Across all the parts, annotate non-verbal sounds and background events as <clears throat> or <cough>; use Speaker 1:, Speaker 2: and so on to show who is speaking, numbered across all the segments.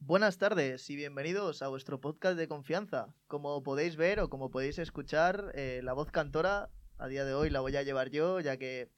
Speaker 1: Buenas tardes y bienvenidos a vuestro podcast de confianza. Como podéis ver o como podéis escuchar, eh, la voz cantora a día de hoy la voy a llevar yo, ya que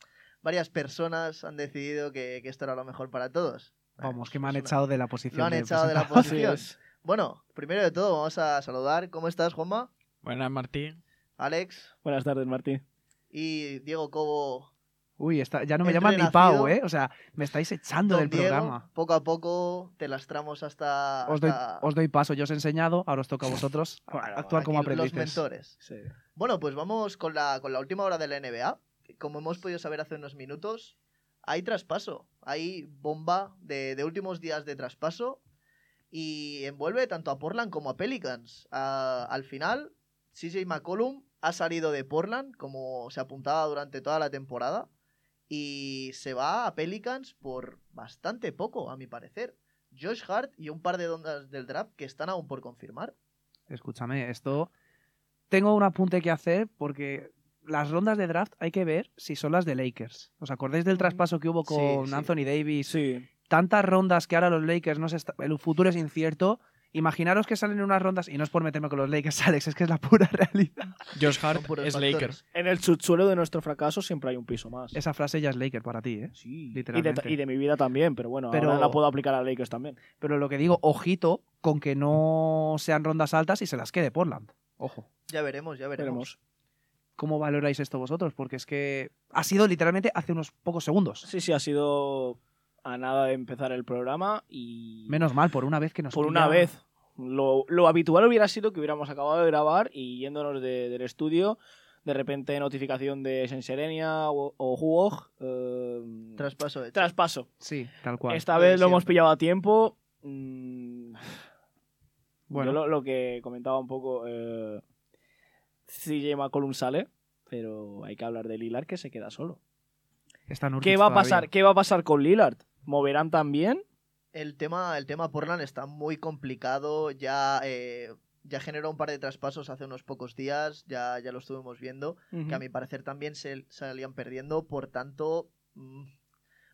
Speaker 1: varias personas han decidido que, que esto era lo mejor para todos.
Speaker 2: Vamos,
Speaker 1: Eh,
Speaker 2: que me han
Speaker 1: es una-
Speaker 2: echado de la posición.
Speaker 1: Lo han echado de la
Speaker 2: presentador.
Speaker 1: posición. Bueno, primero de todo vamos a saludar. ¿Cómo estás, Juanma?
Speaker 3: Buenas, Martín.
Speaker 1: Alex
Speaker 4: Buenas tardes, Martín.
Speaker 1: y Diego Cobo.
Speaker 2: Uy, está- ya no me
Speaker 1: Entre
Speaker 2: llaman ni
Speaker 1: nacido-
Speaker 2: Pau, ¿eh? O sea, me estáis echando
Speaker 1: Don
Speaker 2: del
Speaker 1: Diego,
Speaker 2: programa.
Speaker 1: Poco a poco te lastramos hasta...
Speaker 2: Os doy,
Speaker 1: hasta-
Speaker 2: os doy paso, yo os he enseñado, ahora os toca a vosotros a-
Speaker 4: Bueno,
Speaker 2: actuar como
Speaker 1: aquí Los
Speaker 2: aprendices.
Speaker 1: mentores. Bueno, pues vamos con la, con la última hora de la NBA. Como hemos podido saber hace unos minutos, hay traspaso, hay bomba de, de últimos días de traspaso y envuelve tanto a Portland como a Pelicans. A- al final, CJ McCollum ha salido de Portland, como se apuntaba durante toda la temporada, y se va a Pelicans por bastante poco, a mi parecer. Josh Hart y un par de ondas del draft que están aún por confirmar.
Speaker 2: Escúchame, esto... Tengo un apunte que hacer porque las rondas de draft hay que ver si son las de Lakers. ¿Os acordáis del traspaso que hubo
Speaker 1: Sí,
Speaker 2: con
Speaker 1: sí.
Speaker 2: Anthony Davis?
Speaker 4: Sí,
Speaker 2: tantas rondas que ahora los Lakers no se está- el futuro es incierto. Imaginaros que salen en unas rondas y no es por meterme con los Lakers, <laughs> Alex, es que es la pura realidad.
Speaker 3: Josh
Speaker 1: Son
Speaker 3: Hart
Speaker 1: puros
Speaker 3: es
Speaker 1: factores.
Speaker 3: Laker.
Speaker 4: en el subsuelo de nuestro fracaso siempre hay un piso más.
Speaker 2: Esa frase ya es Laker para ti, ¿eh?
Speaker 4: Sí, y de,
Speaker 2: literalmente.
Speaker 4: y de mi vida también, pero bueno,
Speaker 2: Pero-
Speaker 4: ahora la puedo aplicar a Lakers también.
Speaker 2: Pero lo que digo, ojito con que no sean rondas altas y se las quede Portland. Ojo.
Speaker 1: Ya veremos, ya veremos.
Speaker 4: Veremos.
Speaker 2: ¿Cómo valoráis esto vosotros? Porque es que ha sido literalmente hace unos pocos segundos.
Speaker 4: Sí, sí, ha sido a nada de empezar el programa y
Speaker 2: Menos mal, por una vez que nos
Speaker 4: por
Speaker 2: pilla-
Speaker 4: una vez. Lo, lo habitual hubiera sido que hubiéramos acabado de grabar y yéndonos de- del estudio, de repente notificación de Senserenia o, o Huog, eh,
Speaker 1: Traspaso hecho.
Speaker 4: traspaso.
Speaker 2: Sí, tal cual.
Speaker 4: Esta
Speaker 1: Lo de
Speaker 4: vez lo hemos
Speaker 1: siempre.
Speaker 4: pillado a tiempo. Mm,
Speaker 2: Bueno,
Speaker 4: Yo lo, lo que comentaba un poco, eh, CJ McCollum sale, pero hay que hablar de Lillard que se queda solo.
Speaker 2: está Nurkic
Speaker 4: ¿Qué va a
Speaker 2: todavía.
Speaker 4: pasar? ¿Qué va a pasar con Lillard? ¿Moverán también?
Speaker 1: El tema, el tema Portland está muy complicado. Ya, eh, ya generó un par de traspasos hace unos pocos días. Ya, ya lo estuvimos viendo. Que a mi parecer también se salían perdiendo. Por tanto, mm,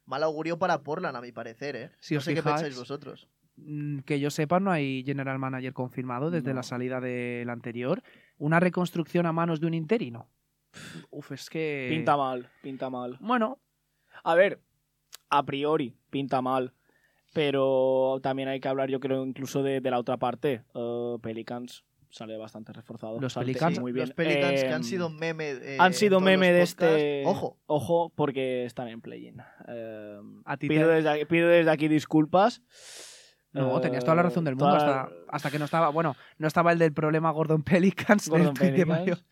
Speaker 1: mal augurio para Portland, a mi parecer. ¿eh?
Speaker 2: Si
Speaker 1: no
Speaker 2: os
Speaker 1: sé qué
Speaker 2: fijáis-
Speaker 1: pensáis vosotros.
Speaker 2: Mm, que yo sepa, no hay general manager confirmado desde
Speaker 4: No.
Speaker 2: la salida del anterior. Una reconstrucción a manos de un interino. Uf, es que.
Speaker 4: Pinta mal, pinta mal.
Speaker 2: Bueno,
Speaker 4: A ver, a priori, pinta mal. Pero también hay que hablar, yo creo, incluso de, de la otra parte. Eh, Pelicans sale bastante reforzado.
Speaker 2: Los
Speaker 4: Sale
Speaker 2: Pelicans-
Speaker 4: muy bien.
Speaker 1: Los Pelicans que
Speaker 4: Eh,
Speaker 1: han sido meme. eh,
Speaker 4: han sido
Speaker 1: en todos
Speaker 4: meme de
Speaker 1: los podcasts.
Speaker 4: este.
Speaker 1: Ojo,
Speaker 4: Ojo, porque están en play-in. Eh,
Speaker 2: a ti.
Speaker 4: pido,
Speaker 2: te-
Speaker 4: desde aquí, pido desde aquí disculpas.
Speaker 2: No,
Speaker 4: Eh,
Speaker 2: tenías toda la razón del mundo.
Speaker 4: toda-
Speaker 2: Hasta, hasta que no estaba. Bueno, no estaba el del problema Gordon Pelicans. del <laughs>
Speaker 4: Gordon
Speaker 2: 3 de mayo.
Speaker 4: Pelicans.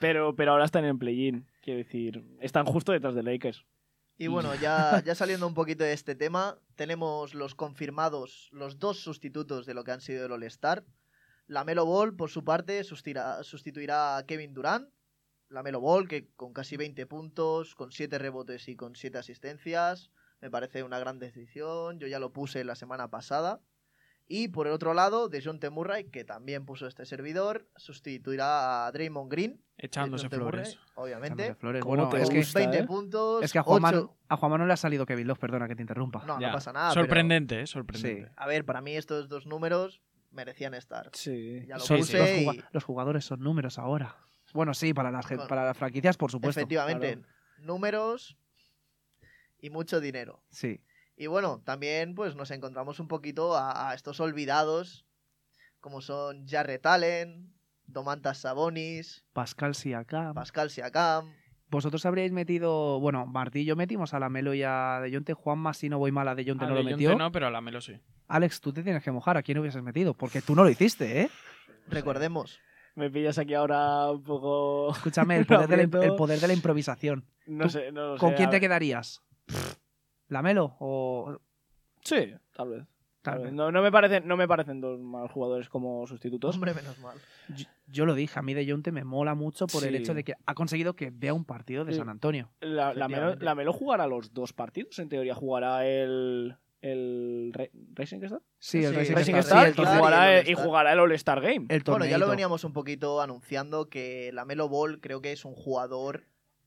Speaker 4: Pero, pero ahora están en play-in. Quiero decir, están justo detrás de Lakers.
Speaker 1: Y bueno, ya, <laughs> ya saliendo un poquito de este tema, tenemos los confirmados, los dos sustitutos de lo que han sido el All-Star. Lamelo Ball, por su parte, sustira- sustituirá a Kevin Durant. Lamelo Ball, que con casi 20 puntos, con 7 rebotes y con 7 asistencias. Me parece una gran decisión. Yo ya lo puse la semana pasada. Y por el otro lado, Dejounte Murray, que también puso este servidor, sustituirá a Draymond Green.
Speaker 3: Echándose
Speaker 1: Dejounte Murray,
Speaker 3: flores.
Speaker 1: obviamente.
Speaker 2: Flores.
Speaker 4: ¿Cómo
Speaker 2: Bueno,
Speaker 4: te
Speaker 2: es
Speaker 1: con
Speaker 2: que,
Speaker 4: gusta?
Speaker 1: 20
Speaker 4: ¿eh?
Speaker 1: puntos.
Speaker 2: es que a Juanma,
Speaker 1: ocho-
Speaker 2: a Juanma no le ha salido Kevin Love, perdona que te interrumpa.
Speaker 1: No,
Speaker 3: Ya.
Speaker 1: no pasa nada. pero-
Speaker 3: sorprendente, eh, sorprendente.
Speaker 1: a ver, para mí estos dos números merecían estar.
Speaker 4: Sí.
Speaker 1: Ya lo
Speaker 3: Sí, sí.
Speaker 1: puse
Speaker 2: los,
Speaker 1: y,
Speaker 2: juga- los jugadores son números ahora. Bueno, sí, para las,
Speaker 1: Bueno.
Speaker 2: para las franquicias, por supuesto.
Speaker 1: efectivamente, números y mucho dinero.
Speaker 2: Sí.
Speaker 1: Y bueno, también pues nos encontramos un poquito a, a estos olvidados, como son Jarrett Allen, Domantas Sabonis,
Speaker 2: Pascal Siakam.
Speaker 1: Pascal Siakam.
Speaker 2: Vosotros habríais metido, bueno, Martí y yo metimos a la Melo y a De Jonte. Juanma, si no voy mal, a De Jonte
Speaker 3: A
Speaker 2: no
Speaker 3: De
Speaker 2: lo
Speaker 3: Jonte
Speaker 2: metió.
Speaker 3: no, pero a la Melo sí.
Speaker 2: Alex, tú te tienes que mojar. ¿A quién hubieses metido? Porque tú no lo hiciste, ¿eh?
Speaker 1: Recordemos,
Speaker 4: Me pillas aquí ahora un poco. <laughs>
Speaker 2: Escúchame, el
Speaker 4: Lo
Speaker 2: poder, de la,
Speaker 4: aprieto.
Speaker 2: el poder de la improvisación.
Speaker 4: No
Speaker 2: ¿Tú
Speaker 4: sé, no lo
Speaker 2: ¿Con
Speaker 4: sé,
Speaker 2: quién
Speaker 4: a
Speaker 2: te
Speaker 4: ver.
Speaker 2: quedarías? ¿La Melo o...?
Speaker 4: Sí, tal vez.
Speaker 2: tal
Speaker 4: tal vez.
Speaker 2: vez?
Speaker 4: Eh, No, no me parecen, no me parecen dos malos jugadores como sustitutos.
Speaker 1: hombre, menos mal.
Speaker 2: Yo, yo lo dije, a mí De Jonte me mola mucho por el
Speaker 4: Sí.
Speaker 2: hecho de que ha conseguido que vea un partido de
Speaker 4: Sí.
Speaker 2: San Antonio.
Speaker 4: La, la Melo,
Speaker 1: Efectivamente.
Speaker 4: la Melo jugará los dos partidos, en teoría. Jugará el. el Re- ¿Racing Star?
Speaker 2: Sí, el
Speaker 1: Sí,
Speaker 2: Racing
Speaker 4: Racing
Speaker 2: Star,
Speaker 4: Star,
Speaker 2: sí, el
Speaker 4: y,
Speaker 2: torneo-
Speaker 4: jugará
Speaker 1: y el
Speaker 4: el, y
Speaker 1: All-Star.
Speaker 4: jugará el All-Star Game.
Speaker 2: el
Speaker 1: Bueno, ya
Speaker 2: torneito.
Speaker 1: lo veníamos un poquito anunciando que la Melo Ball creo que es un jugador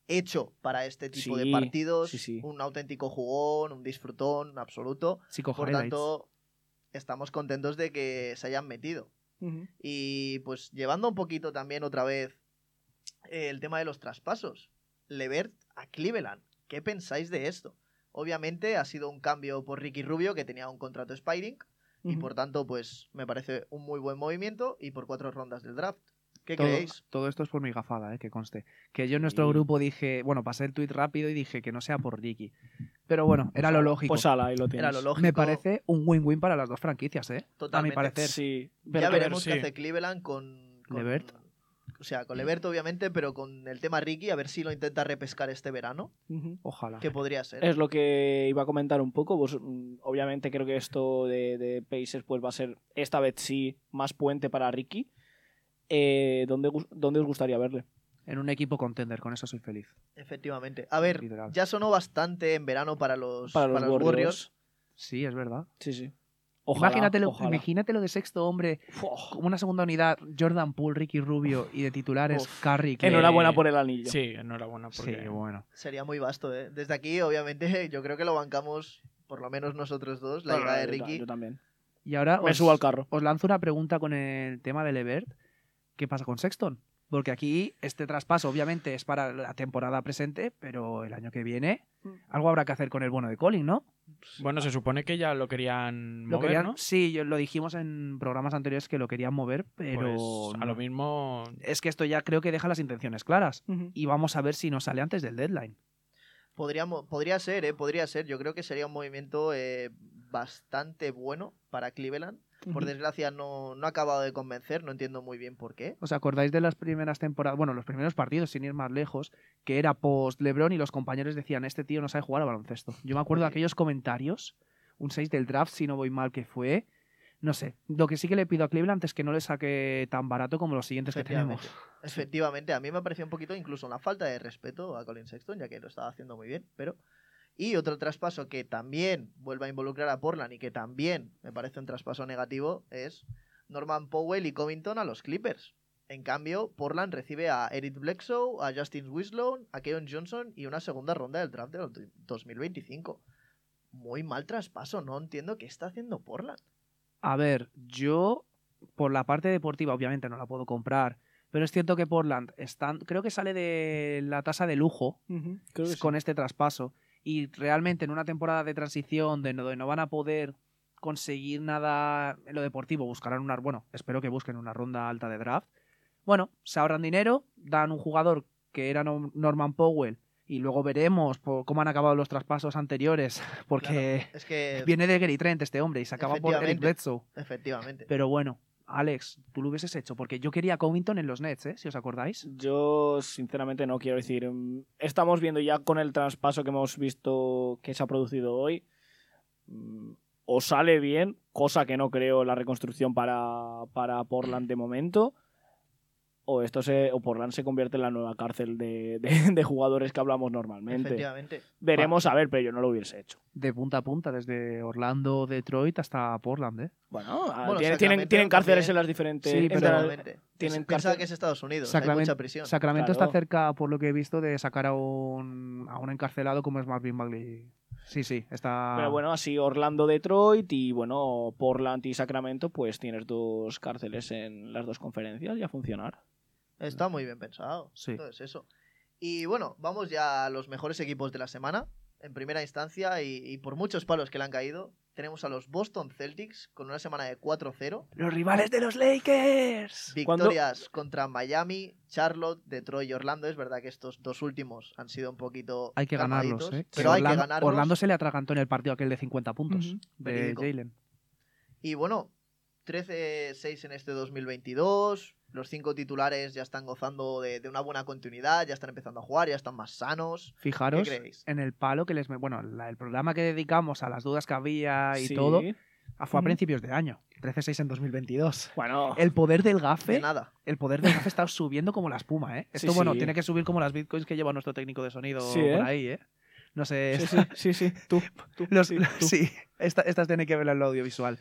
Speaker 1: hecho para este tipo de
Speaker 4: Sí,
Speaker 1: partidos,
Speaker 4: sí, sí.
Speaker 1: un auténtico jugón, un disfrutón absoluto.
Speaker 2: Sí, con
Speaker 1: Por
Speaker 2: highlights.
Speaker 1: tanto, estamos contentos de que se hayan metido. Y pues llevando un poquito también otra vez eh, el tema de los traspasos. Levert a Cleveland. ¿Qué pensáis de esto? Obviamente ha sido un cambio por Ricky Rubio, que tenía un contrato Spiring, y por tanto, pues me parece un muy buen movimiento y por cuatro rondas del draft. ¿Qué
Speaker 2: todo,
Speaker 1: creéis?
Speaker 2: todo esto es por mi gafada, eh, que conste. Que yo en nuestro
Speaker 4: Sí.
Speaker 2: grupo dije, bueno, pasé el tuit rápido y dije que no sea por Ricky. Pero bueno, era lo lógico.
Speaker 4: Pues ala, ahí lo tienes.
Speaker 1: Era lo lógico.
Speaker 2: Me parece un win-win para las dos franquicias, ¿eh?
Speaker 1: Totalmente.
Speaker 2: A mi parecer.
Speaker 4: Sí.
Speaker 1: ya
Speaker 4: Pero que-
Speaker 1: veremos
Speaker 3: sí.
Speaker 1: qué hace Cleveland con, con-
Speaker 2: Levert.
Speaker 1: O sea, con Levert, obviamente, pero con el tema Ricky, a ver si lo intenta repescar este verano.
Speaker 4: Ujú.
Speaker 2: Ojalá.
Speaker 1: Que podría ser.
Speaker 4: Es lo que iba a comentar un poco. Pues, mm, obviamente creo que esto de, de Pacers pues, va a ser esta vez sí más puente para Ricky. Eh, ¿dónde, gus- ¿Dónde os gustaría verle?
Speaker 2: En un equipo contender, con eso soy feliz.
Speaker 1: Efectivamente. A ver,
Speaker 2: Literal.
Speaker 1: ya sonó bastante en verano para los,
Speaker 4: Para los, Warriors.
Speaker 1: Warriors.
Speaker 2: Sí, es verdad.
Speaker 4: Sí, sí. Ojalá,
Speaker 2: imagínatelo,
Speaker 4: ojalá.
Speaker 2: imagínatelo de sexto hombre,
Speaker 4: Fuah.
Speaker 2: como una segunda unidad, Jordan Poole, Ricky Rubio y de titulares, Curry. que-
Speaker 4: Enhorabuena por el anillo.
Speaker 3: Sí, enhorabuena. Porque...
Speaker 2: Sí, bueno.
Speaker 1: Sería muy vasto, ¿eh? Desde aquí, obviamente, <laughs> yo creo que lo bancamos, por lo menos nosotros dos, la
Speaker 4: Bueno,
Speaker 1: llegada de
Speaker 4: yo ta-
Speaker 1: Ricky.
Speaker 4: Yo también.
Speaker 2: Y ahora
Speaker 4: Me
Speaker 2: os,
Speaker 4: subo al carro.
Speaker 2: os lanzo una pregunta con el tema de Levert. ¿Qué pasa con Sexton? Porque aquí este traspaso obviamente es para la temporada presente, pero el año que viene algo habrá que hacer con el bono de Colin, ¿no?
Speaker 3: Bueno, se supone que ya lo querían
Speaker 2: Lo
Speaker 3: mover,
Speaker 2: querían-
Speaker 3: ¿no?
Speaker 2: Sí, yo- lo dijimos en programas anteriores que lo querían mover, pero
Speaker 3: Pues, a
Speaker 2: no.
Speaker 3: lo mismo...
Speaker 2: es que esto ya creo que deja las intenciones claras.
Speaker 4: Ujú.
Speaker 2: Y vamos a ver si nos sale antes del deadline.
Speaker 1: Podríamos, podría ser, ¿eh? Podría ser. Yo creo que sería un movimiento eh, bastante bueno para Cleveland. Por desgracia, no, no ha acabado de convencer, no entiendo muy bien por qué.
Speaker 2: ¿Os acordáis de las primeras temporadas? Bueno, los primeros partidos, sin ir más lejos, que era post LeBron y los compañeros decían: Este tío no sabe jugar a baloncesto. Yo me acuerdo de aquellos comentarios, un 6 del draft, si no voy mal, que fue. No sé, lo que sí que le pido a Cleveland es que no le saque tan barato como los siguientes que tenemos.
Speaker 1: Efectivamente, a mí me pareció un poquito incluso una falta de respeto a Colin Sexton, ya que lo estaba haciendo muy bien, pero... Y otro traspaso que también vuelve a involucrar a Portland y que también me parece un traspaso negativo es Norman Powell y Covington a los Clippers. En cambio, Portland recibe a Eric Bledsoe, a Justin Winslow, a Keon Johnson y una segunda ronda del draft del 2025. Muy mal traspaso, no entiendo qué está haciendo Portland.
Speaker 2: A ver, yo por la parte deportiva obviamente no la puedo comprar, pero es cierto que Portland están, creo que sale de la tasa de lujo
Speaker 4: Ujú. Creo que sí.
Speaker 2: con este traspaso y realmente en una temporada de transición de no, de no van a poder conseguir nada en lo deportivo, buscarán una, bueno, espero que busquen una ronda alta de draft. Bueno, se ahorran dinero, dan un jugador que era Nor- Norman Powell y luego veremos por cómo han acabado los traspasos anteriores <laughs> porque
Speaker 1: Es que,
Speaker 2: <laughs> viene de Gary Trent este hombre y se acaba por Eric
Speaker 1: Efectivamente.
Speaker 2: Bledsoe.
Speaker 1: efectivamente.
Speaker 2: Pero bueno, Alex, tú lo hubieses hecho, porque yo quería a Covington en los Nets, ¿eh? Si os acordáis.
Speaker 4: Yo, sinceramente, no quiero decir. mm, Estamos viendo ya con el traspaso que hemos visto que se ha producido hoy. mm, O sale bien, cosa que no creo la reconstrucción para, para Portland de momento. O esto se. O Portland se convierte en la nueva cárcel de, de- de jugadores que hablamos normalmente.
Speaker 1: Efectivamente.
Speaker 4: Veremos a ver, pero yo no lo hubiese hecho.
Speaker 2: De punta a punta, desde Orlando, Detroit hasta Portland, ¿eh?
Speaker 4: Bueno, ah,
Speaker 1: Bueno,
Speaker 4: tienen,
Speaker 1: Sacramento
Speaker 4: tienen, tienen cárceles
Speaker 1: también.
Speaker 4: en las diferentes.
Speaker 2: Sí,
Speaker 4: en
Speaker 2: pero-
Speaker 4: la-
Speaker 1: Efectivamente.
Speaker 4: tienen
Speaker 1: Pensaba
Speaker 4: cárcel-
Speaker 1: que es Estados Unidos,
Speaker 2: Sacramen-
Speaker 1: hay mucha prisión.
Speaker 2: Sacramento
Speaker 4: Claro.
Speaker 2: está cerca, por lo que he visto, de sacar a un, a un encarcelado como es Marvin Bagley. Sí, sí, está...
Speaker 4: Pero bueno, así Orlando, Detroit y bueno, Portland y Sacramento, pues tienes dos cárceles en las dos conferencias y a funcionar.
Speaker 1: Está muy bien pensado.
Speaker 2: Sí.
Speaker 1: Entonces, eso. Y bueno, vamos ya a los mejores equipos de la semana. En primera instancia, y, y por muchos palos que le han caído, tenemos a los Boston Celtics con una semana de 4-0.
Speaker 2: ¡Los rivales de los Lakers!
Speaker 4: ¿Cuándo?
Speaker 1: Victorias contra Miami, Charlotte, Detroit y Orlando. Es verdad que estos dos últimos han sido un poquito.
Speaker 2: Hay que ganarlos,
Speaker 1: calmaditos,
Speaker 2: ¿eh?
Speaker 1: Pero hay que
Speaker 2: Orlando-
Speaker 1: ganarlos.
Speaker 2: Orlando se le atragantó en el partido aquel de 50 puntos
Speaker 4: Ujú.
Speaker 2: de
Speaker 1: Verídico.
Speaker 2: Jalen.
Speaker 1: Y bueno, 13-6 en este 2022. Los cinco titulares ya están gozando de, de una buena continuidad, ya están empezando a jugar, ya están más sanos. ¿Qué
Speaker 2: Fijaros
Speaker 1: creéis?
Speaker 2: en el palo que les... me- Bueno, la- el programa que dedicamos a las dudas que había y
Speaker 4: Sí.
Speaker 2: todo, Ah, Fue a
Speaker 4: Ujú. Ah.
Speaker 2: principios de año, 13-6 en 2022.
Speaker 4: Bueno,
Speaker 2: El poder del
Speaker 1: De
Speaker 2: gafe,
Speaker 1: nada.
Speaker 2: el poder del gafe está subiendo como la espuma, ¿eh? Esto,
Speaker 4: <laughs> Sí,
Speaker 2: bueno,
Speaker 4: sí.
Speaker 2: tiene que subir como las bitcoins que lleva nuestro técnico de sonido
Speaker 4: Sí,
Speaker 2: por
Speaker 4: ¿eh?
Speaker 2: ahí, ¿eh? No sé. <laughs>
Speaker 4: sí,
Speaker 2: esta-
Speaker 4: sí, sí, sí, tú, tú,
Speaker 2: los- <laughs>
Speaker 4: sí,
Speaker 2: los-
Speaker 4: tú.
Speaker 2: sí, esta- estas tienen que ver en lo audiovisual.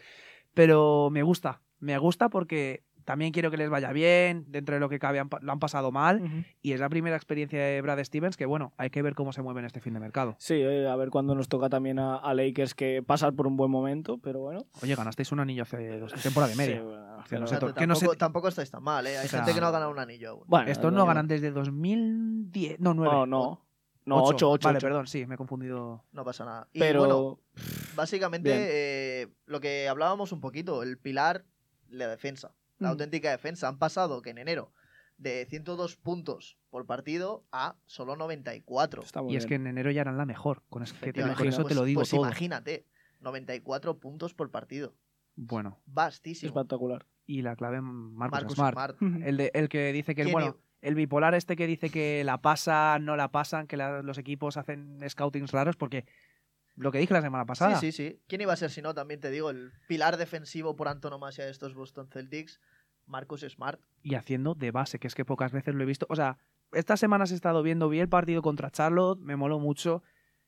Speaker 2: Pero me gusta, me gusta porque También quiero que les vaya bien, dentro de lo que cabe han pa- lo han pasado mal. Y es la primera experiencia de Brad Stevens que, bueno, hay que ver cómo se mueve en este fin de mercado.
Speaker 4: Sí, eh, a ver cuándo nos toca también a, a Lakers que pasar por un buen momento, pero bueno.
Speaker 2: Oye, ganasteis un anillo hace
Speaker 4: <laughs>
Speaker 2: dos temporadas y media.
Speaker 4: Sí, bueno,
Speaker 2: Que no
Speaker 4: pero-
Speaker 2: se
Speaker 1: Exacto,
Speaker 2: to- que no
Speaker 1: tampoco,
Speaker 2: se-
Speaker 1: tampoco estáis tan mal, ¿eh? Hay
Speaker 2: O sea,
Speaker 1: gente que no ha ganado un anillo aún.
Speaker 4: Bueno,
Speaker 2: Estos no ganan desde 2010. No, 9.
Speaker 4: No, no. No, 8, 8.
Speaker 2: Vale, perdón, sí, me he confundido.
Speaker 1: No pasa nada. Y
Speaker 4: Pero
Speaker 1: bueno,
Speaker 4: <laughs> bien.
Speaker 1: básicamente eh, lo que hablábamos un poquito, el pilar, la defensa, la
Speaker 4: Mm.
Speaker 1: auténtica defensa. Han pasado que en enero de 102 puntos por partido a solo 94.
Speaker 4: está muy
Speaker 2: Y es que
Speaker 4: bien.
Speaker 2: en enero ya eran la mejor. Con, es- que te-
Speaker 1: Efectivamente.
Speaker 2: con eso te lo
Speaker 1: Pues-
Speaker 2: digo
Speaker 1: pues
Speaker 2: todo.
Speaker 1: imagínate, 94 puntos por partido.
Speaker 2: Bueno,
Speaker 1: Vastísimo.
Speaker 4: espectacular.
Speaker 2: y la clave Marcus,
Speaker 1: Marcus
Speaker 2: Smart.
Speaker 1: Smart.
Speaker 2: El, de- el que dice que,
Speaker 1: ¿Quién
Speaker 2: bueno,
Speaker 1: iba?
Speaker 2: el bipolar este que dice que la pasan, no la pasan, que la- los equipos hacen scoutings raros, porque lo que dije la semana pasada,
Speaker 1: Sí, sí, sí. ¿Quién iba a ser si no? También te digo, el pilar defensivo por antonomasia de estos Boston Celtics, Marcus Smart.
Speaker 2: y haciendo de base, que es que pocas veces lo he visto. O sea, estas semanas he estado viendo, vi el partido contra Charlotte, me moló mucho.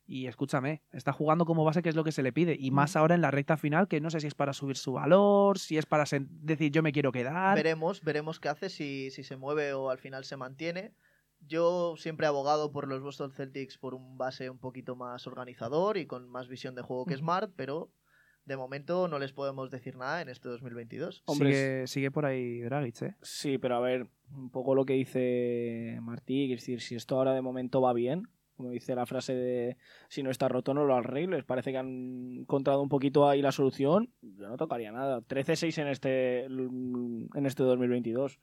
Speaker 2: Y escúchame, está jugando como base, que es lo que se le
Speaker 1: Mm.
Speaker 2: pide. Y más ahora en la recta final, que no sé si es para subir su valor, si es para sen- decir yo me quiero quedar.
Speaker 1: Veremos, veremos qué hace, si, si se mueve o al final se mantiene. Yo siempre he abogado por los Boston Celtics por un base un poquito más organizador y con más visión de juego que
Speaker 2: Ujú.
Speaker 1: Smart, pero de momento no les podemos decir nada en este 2022.
Speaker 4: hombre,
Speaker 2: sigue, sigue por ahí Dragic, ¿eh?
Speaker 4: Sí, pero a ver, un poco lo que dice Martí, es decir, si esto ahora de momento va bien, como dice la frase de si no está roto no lo arregles, parece que han encontrado un poquito ahí la solución, yo no tocaría nada. 13-6 en este, en este 2022,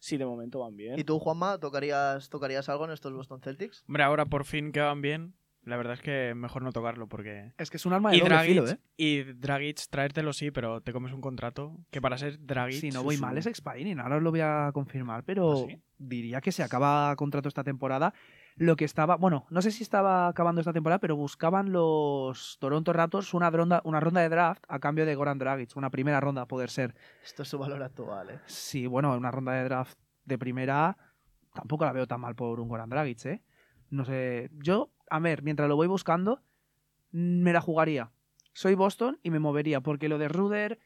Speaker 4: si de momento van bien.
Speaker 1: ¿Y tú, Juanma, tocarías, tocarías algo en estos Boston Celtics?
Speaker 3: Hombre, ahora por fin quedan bien. La verdad es que mejor no tocarlo porque...
Speaker 2: Es que es un arma de
Speaker 3: Y
Speaker 2: doble
Speaker 3: Dragic,
Speaker 2: filo, ¿eh?
Speaker 3: y Dragic, traértelo sí, pero te comes un contrato que para ser Dragic...
Speaker 2: Si no voy
Speaker 3: es
Speaker 2: mal ¿eh?
Speaker 3: un-
Speaker 2: es Expainin, ahora os lo voy a confirmar, pero
Speaker 3: ¿Ah, sí?
Speaker 2: diría que se acaba contrato esta temporada. Lo que estaba, bueno, no sé si estaba acabando esta temporada, pero buscaban los Toronto Raptors una ronda, una ronda de draft a cambio de Goran Dragic, una primera ronda a poder ser.
Speaker 1: Esto es su valor actual, ¿eh?
Speaker 2: Sí, bueno, una ronda de draft de primera tampoco la veo tan mal por un Goran Dragic, ¿eh? No sé, yo, a ver, mientras lo voy buscando, me la jugaría. Soy Boston y me movería, porque lo de Ruder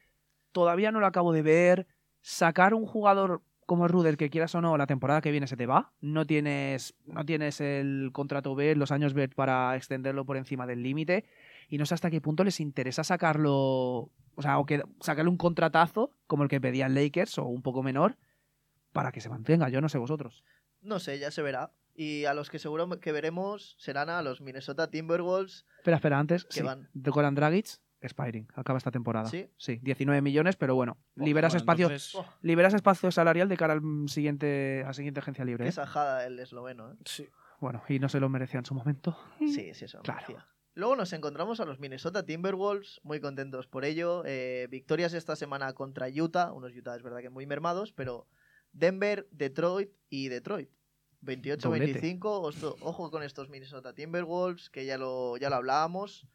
Speaker 2: todavía no lo acabo de ver. Sacar un jugador como Ruder, que quieras o no, la temporada que viene se te va. No tienes, no tienes el contrato B, los años B para extenderlo por encima del límite. Y no sé hasta qué punto les interesa sacarlo, o sea, o que, sacarle un contratazo como el que pedían Lakers o un poco menor para que se mantenga. Yo no sé vosotros.
Speaker 1: No sé, ya se verá. Y a los que seguro que veremos serán a los Minnesota Timberwolves.
Speaker 2: Espera, espera, antes.
Speaker 1: Que
Speaker 2: Sí,
Speaker 1: van.
Speaker 2: de Goran Dragic, expiring. Acaba esta temporada.
Speaker 1: ¿Sí?
Speaker 2: 19 millones, pero bueno.
Speaker 1: Ojo,
Speaker 2: liberas
Speaker 3: Bueno,
Speaker 2: espacio.
Speaker 3: entonces,
Speaker 1: Oh,
Speaker 2: Liberas espacio salarial de cara al mm, siguiente, a la siguiente agencia libre.
Speaker 1: qué
Speaker 2: ¿eh?
Speaker 1: sajada el esloveno, ¿eh?
Speaker 4: Sí.
Speaker 2: Bueno, y no se lo merecía en su momento.
Speaker 1: Sí, sí, eso. me
Speaker 2: Claro.
Speaker 1: decía. Luego nos encontramos a los Minnesota Timberwolves, muy contentos por ello. Eh, victorias esta semana contra Utah, unos Utah es verdad que muy mermados, pero Denver, Detroit y Detroit. 28-25, osto- ojo con estos Minnesota Timberwolves, que ya lo, ya lo hablábamos.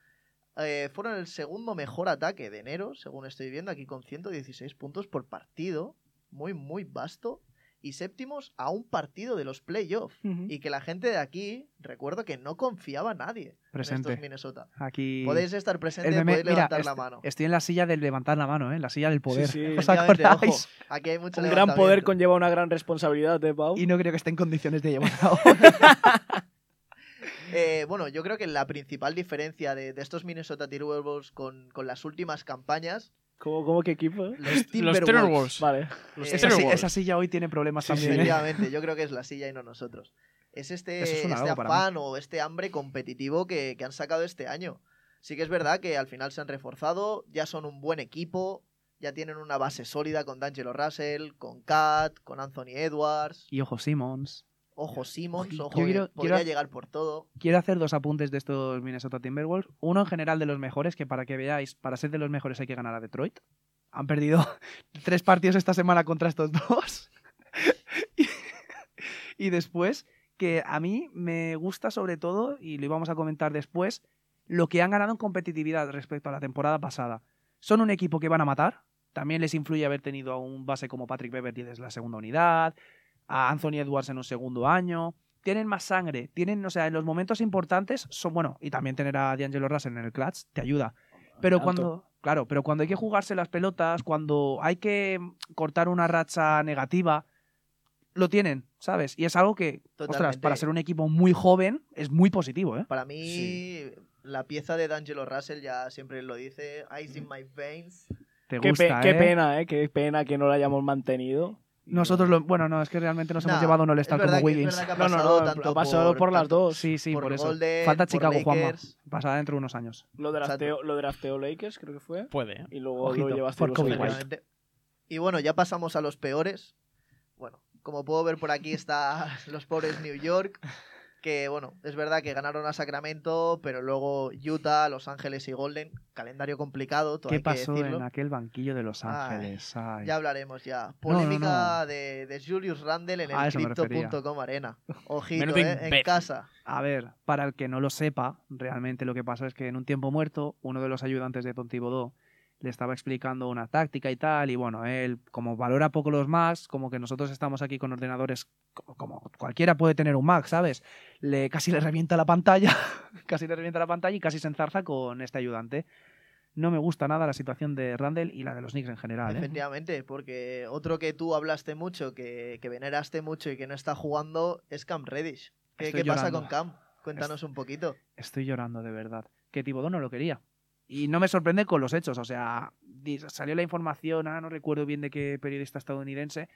Speaker 1: Eh, fueron el segundo mejor ataque de enero, según estoy viendo, aquí con 116 puntos por partido, muy, muy vasto. Y séptimos a un partido de los playoffs y que la gente de aquí, recuerdo que no confiaba a nadie en
Speaker 2: Presente.
Speaker 1: estos Minnesota.
Speaker 2: Aquí.
Speaker 1: Podéis estar presente,
Speaker 2: el meme-
Speaker 1: podéis
Speaker 2: mira, este,
Speaker 1: levantar la
Speaker 2: est-
Speaker 1: mano.
Speaker 2: Estoy en la silla del levantar la mano, ¿eh? En la silla del poder.
Speaker 4: sí.
Speaker 2: ¿Os
Speaker 1: Efectivamente, ojo,
Speaker 2: acordáis?
Speaker 1: aquí hay mucho
Speaker 4: Un gran poder
Speaker 1: levantamiento.
Speaker 4: conlleva una gran responsabilidad, ¿eh, Pau?
Speaker 2: Y no creo que esté en condiciones de llevarla
Speaker 1: <laughs>
Speaker 2: ahora.
Speaker 1: Eh, bueno, yo creo que la principal diferencia de, de estos Minnesota Timberwolves con, con las últimas campañas,
Speaker 4: ¿Cómo, cómo que equipo? eh?
Speaker 1: los
Speaker 3: Los
Speaker 1: Timberwolves,
Speaker 3: Timberwolves.
Speaker 4: Vale.
Speaker 3: Los
Speaker 1: Eh, sí,
Speaker 2: esa, si-
Speaker 3: Timberwolves.
Speaker 2: esa silla hoy tiene problemas también. ¿eh?
Speaker 1: efectivamente, yo creo que es la silla y no nosotros. Es este,
Speaker 2: Eso es un
Speaker 1: este
Speaker 2: halago para mí.
Speaker 1: afán o este hambre competitivo que, que han sacado este año. Sí que es verdad que al final se han reforzado, ya son un buen equipo, ya tienen una base sólida con D'Angelo Russell, con Kat, con Anthony Edwards,
Speaker 2: Y ojo, Simmons.
Speaker 1: ojo Simmons,
Speaker 2: Yo
Speaker 1: ojo que
Speaker 2: quiero-
Speaker 1: podría
Speaker 2: quiero-
Speaker 1: llegar por todo.
Speaker 2: Quiero hacer dos apuntes de estos Minnesota Timberwolves. Uno en general de los mejores, que para que veáis, para ser de los mejores hay que ganar a Detroit. Han perdido <laughs> tres partidos esta semana contra estos dos. <laughs> y, y después, que a mí me gusta sobre todo, y lo íbamos a comentar después, lo que han ganado en competitividad respecto a la temporada pasada. Son un equipo que van a matar. También les influye haber tenido a un base como Patrick Beverly desde la segunda unidad, a Anthony Edwards en un segundo año tienen más sangre,
Speaker 1: Ah,
Speaker 2: tienen, o sea, en los momentos importantes son, bueno, y también tener a D'Angelo Russell en el clutch te ayuda. Pero
Speaker 4: tanto.
Speaker 2: cuando, claro, pero cuando hay que jugarse las pelotas, cuando hay que cortar una racha negativa, lo tienen, ¿sabes? Y es algo que, ostras,
Speaker 1: Totalmente.
Speaker 2: para ser un equipo muy joven, es muy positivo, ¿eh?
Speaker 1: Para mí, la pieza de D'Angelo Russell ya siempre lo dice, Ice in my veins.
Speaker 2: Te
Speaker 4: Qué, pe-
Speaker 2: gusta,
Speaker 4: qué
Speaker 2: ¿eh?
Speaker 4: pena, ¿eh? Qué pena que no lo hayamos mantenido.
Speaker 2: Nosotros, lo, bueno, no, es que realmente nos hemos
Speaker 1: Nah,
Speaker 2: llevado un
Speaker 1: es
Speaker 2: all-star como
Speaker 1: verdad que- es
Speaker 2: Wiggins. Oh,
Speaker 1: verdad que ha
Speaker 4: No, no,
Speaker 1: pasado
Speaker 4: no,
Speaker 1: tanto
Speaker 4: ha pasado por, las
Speaker 1: tanto
Speaker 4: dos.
Speaker 2: Sí, sí, por,
Speaker 1: por
Speaker 2: eso.
Speaker 1: Golden,
Speaker 2: Falta
Speaker 1: por
Speaker 2: Chicago, Juanma.
Speaker 1: Lakers.
Speaker 2: Pasará dentro de unos años.
Speaker 4: Lo
Speaker 1: Exacto.
Speaker 4: drafteó, lo drafteó Lakers, creo que fue.
Speaker 3: Puede. ¿eh?
Speaker 4: Y luego
Speaker 2: Ojito,
Speaker 4: lo llevaste
Speaker 2: por
Speaker 4: los
Speaker 2: Kobe
Speaker 4: Lakers.
Speaker 2: White.
Speaker 1: Efectivamente. Y bueno, ya pasamos a los peores. Bueno, como puedo ver por aquí está <laughs> los pobres New York, que bueno, es verdad que ganaron a Sacramento, pero luego Utah, Los Ángeles y Golden, calendario complicado, todo
Speaker 2: ¿Qué
Speaker 1: hay que
Speaker 2: pasó
Speaker 1: decirlo.
Speaker 2: en aquel banquillo de Los
Speaker 1: Ay,
Speaker 2: Ángeles? Ay.
Speaker 1: Ya hablaremos ya.
Speaker 2: No, no, no.
Speaker 1: Polémica De, de Julius Randle en
Speaker 2: A
Speaker 1: el
Speaker 2: eso me refería.
Speaker 1: Crypto.com Arena. Ojito,
Speaker 3: Menudo
Speaker 1: eh, en
Speaker 3: imbécil.
Speaker 1: casa.
Speaker 2: A ver, para el que no lo sepa, realmente lo que pasa es que en un tiempo muerto, uno de los ayudantes de Tontibodó le estaba explicando una táctica y tal, y bueno, él, como valora poco los Macs, como que nosotros estamos aquí con ordenadores, como, como cualquiera puede tener un Mac, ¿sabes? Le, casi le revienta la pantalla, <laughs> casi le revienta la pantalla y casi se enzarza con este ayudante. No me gusta nada la situación de Randall y la de los Knicks en general, ¿eh?
Speaker 1: Efectivamente, porque otro que tú hablaste mucho, que, que veneraste mucho y que no está jugando es Cam Reddish. ¿Qué,
Speaker 2: Estoy
Speaker 1: qué pasa
Speaker 2: llorando.
Speaker 1: con Cam? Cuéntanos un poquito.
Speaker 2: estoy llorando de verdad. Que Tibodó no lo quería. Y no me sorprende con los hechos. O sea, di- salió la información, ahora no recuerdo bien de qué periodista estadounidense,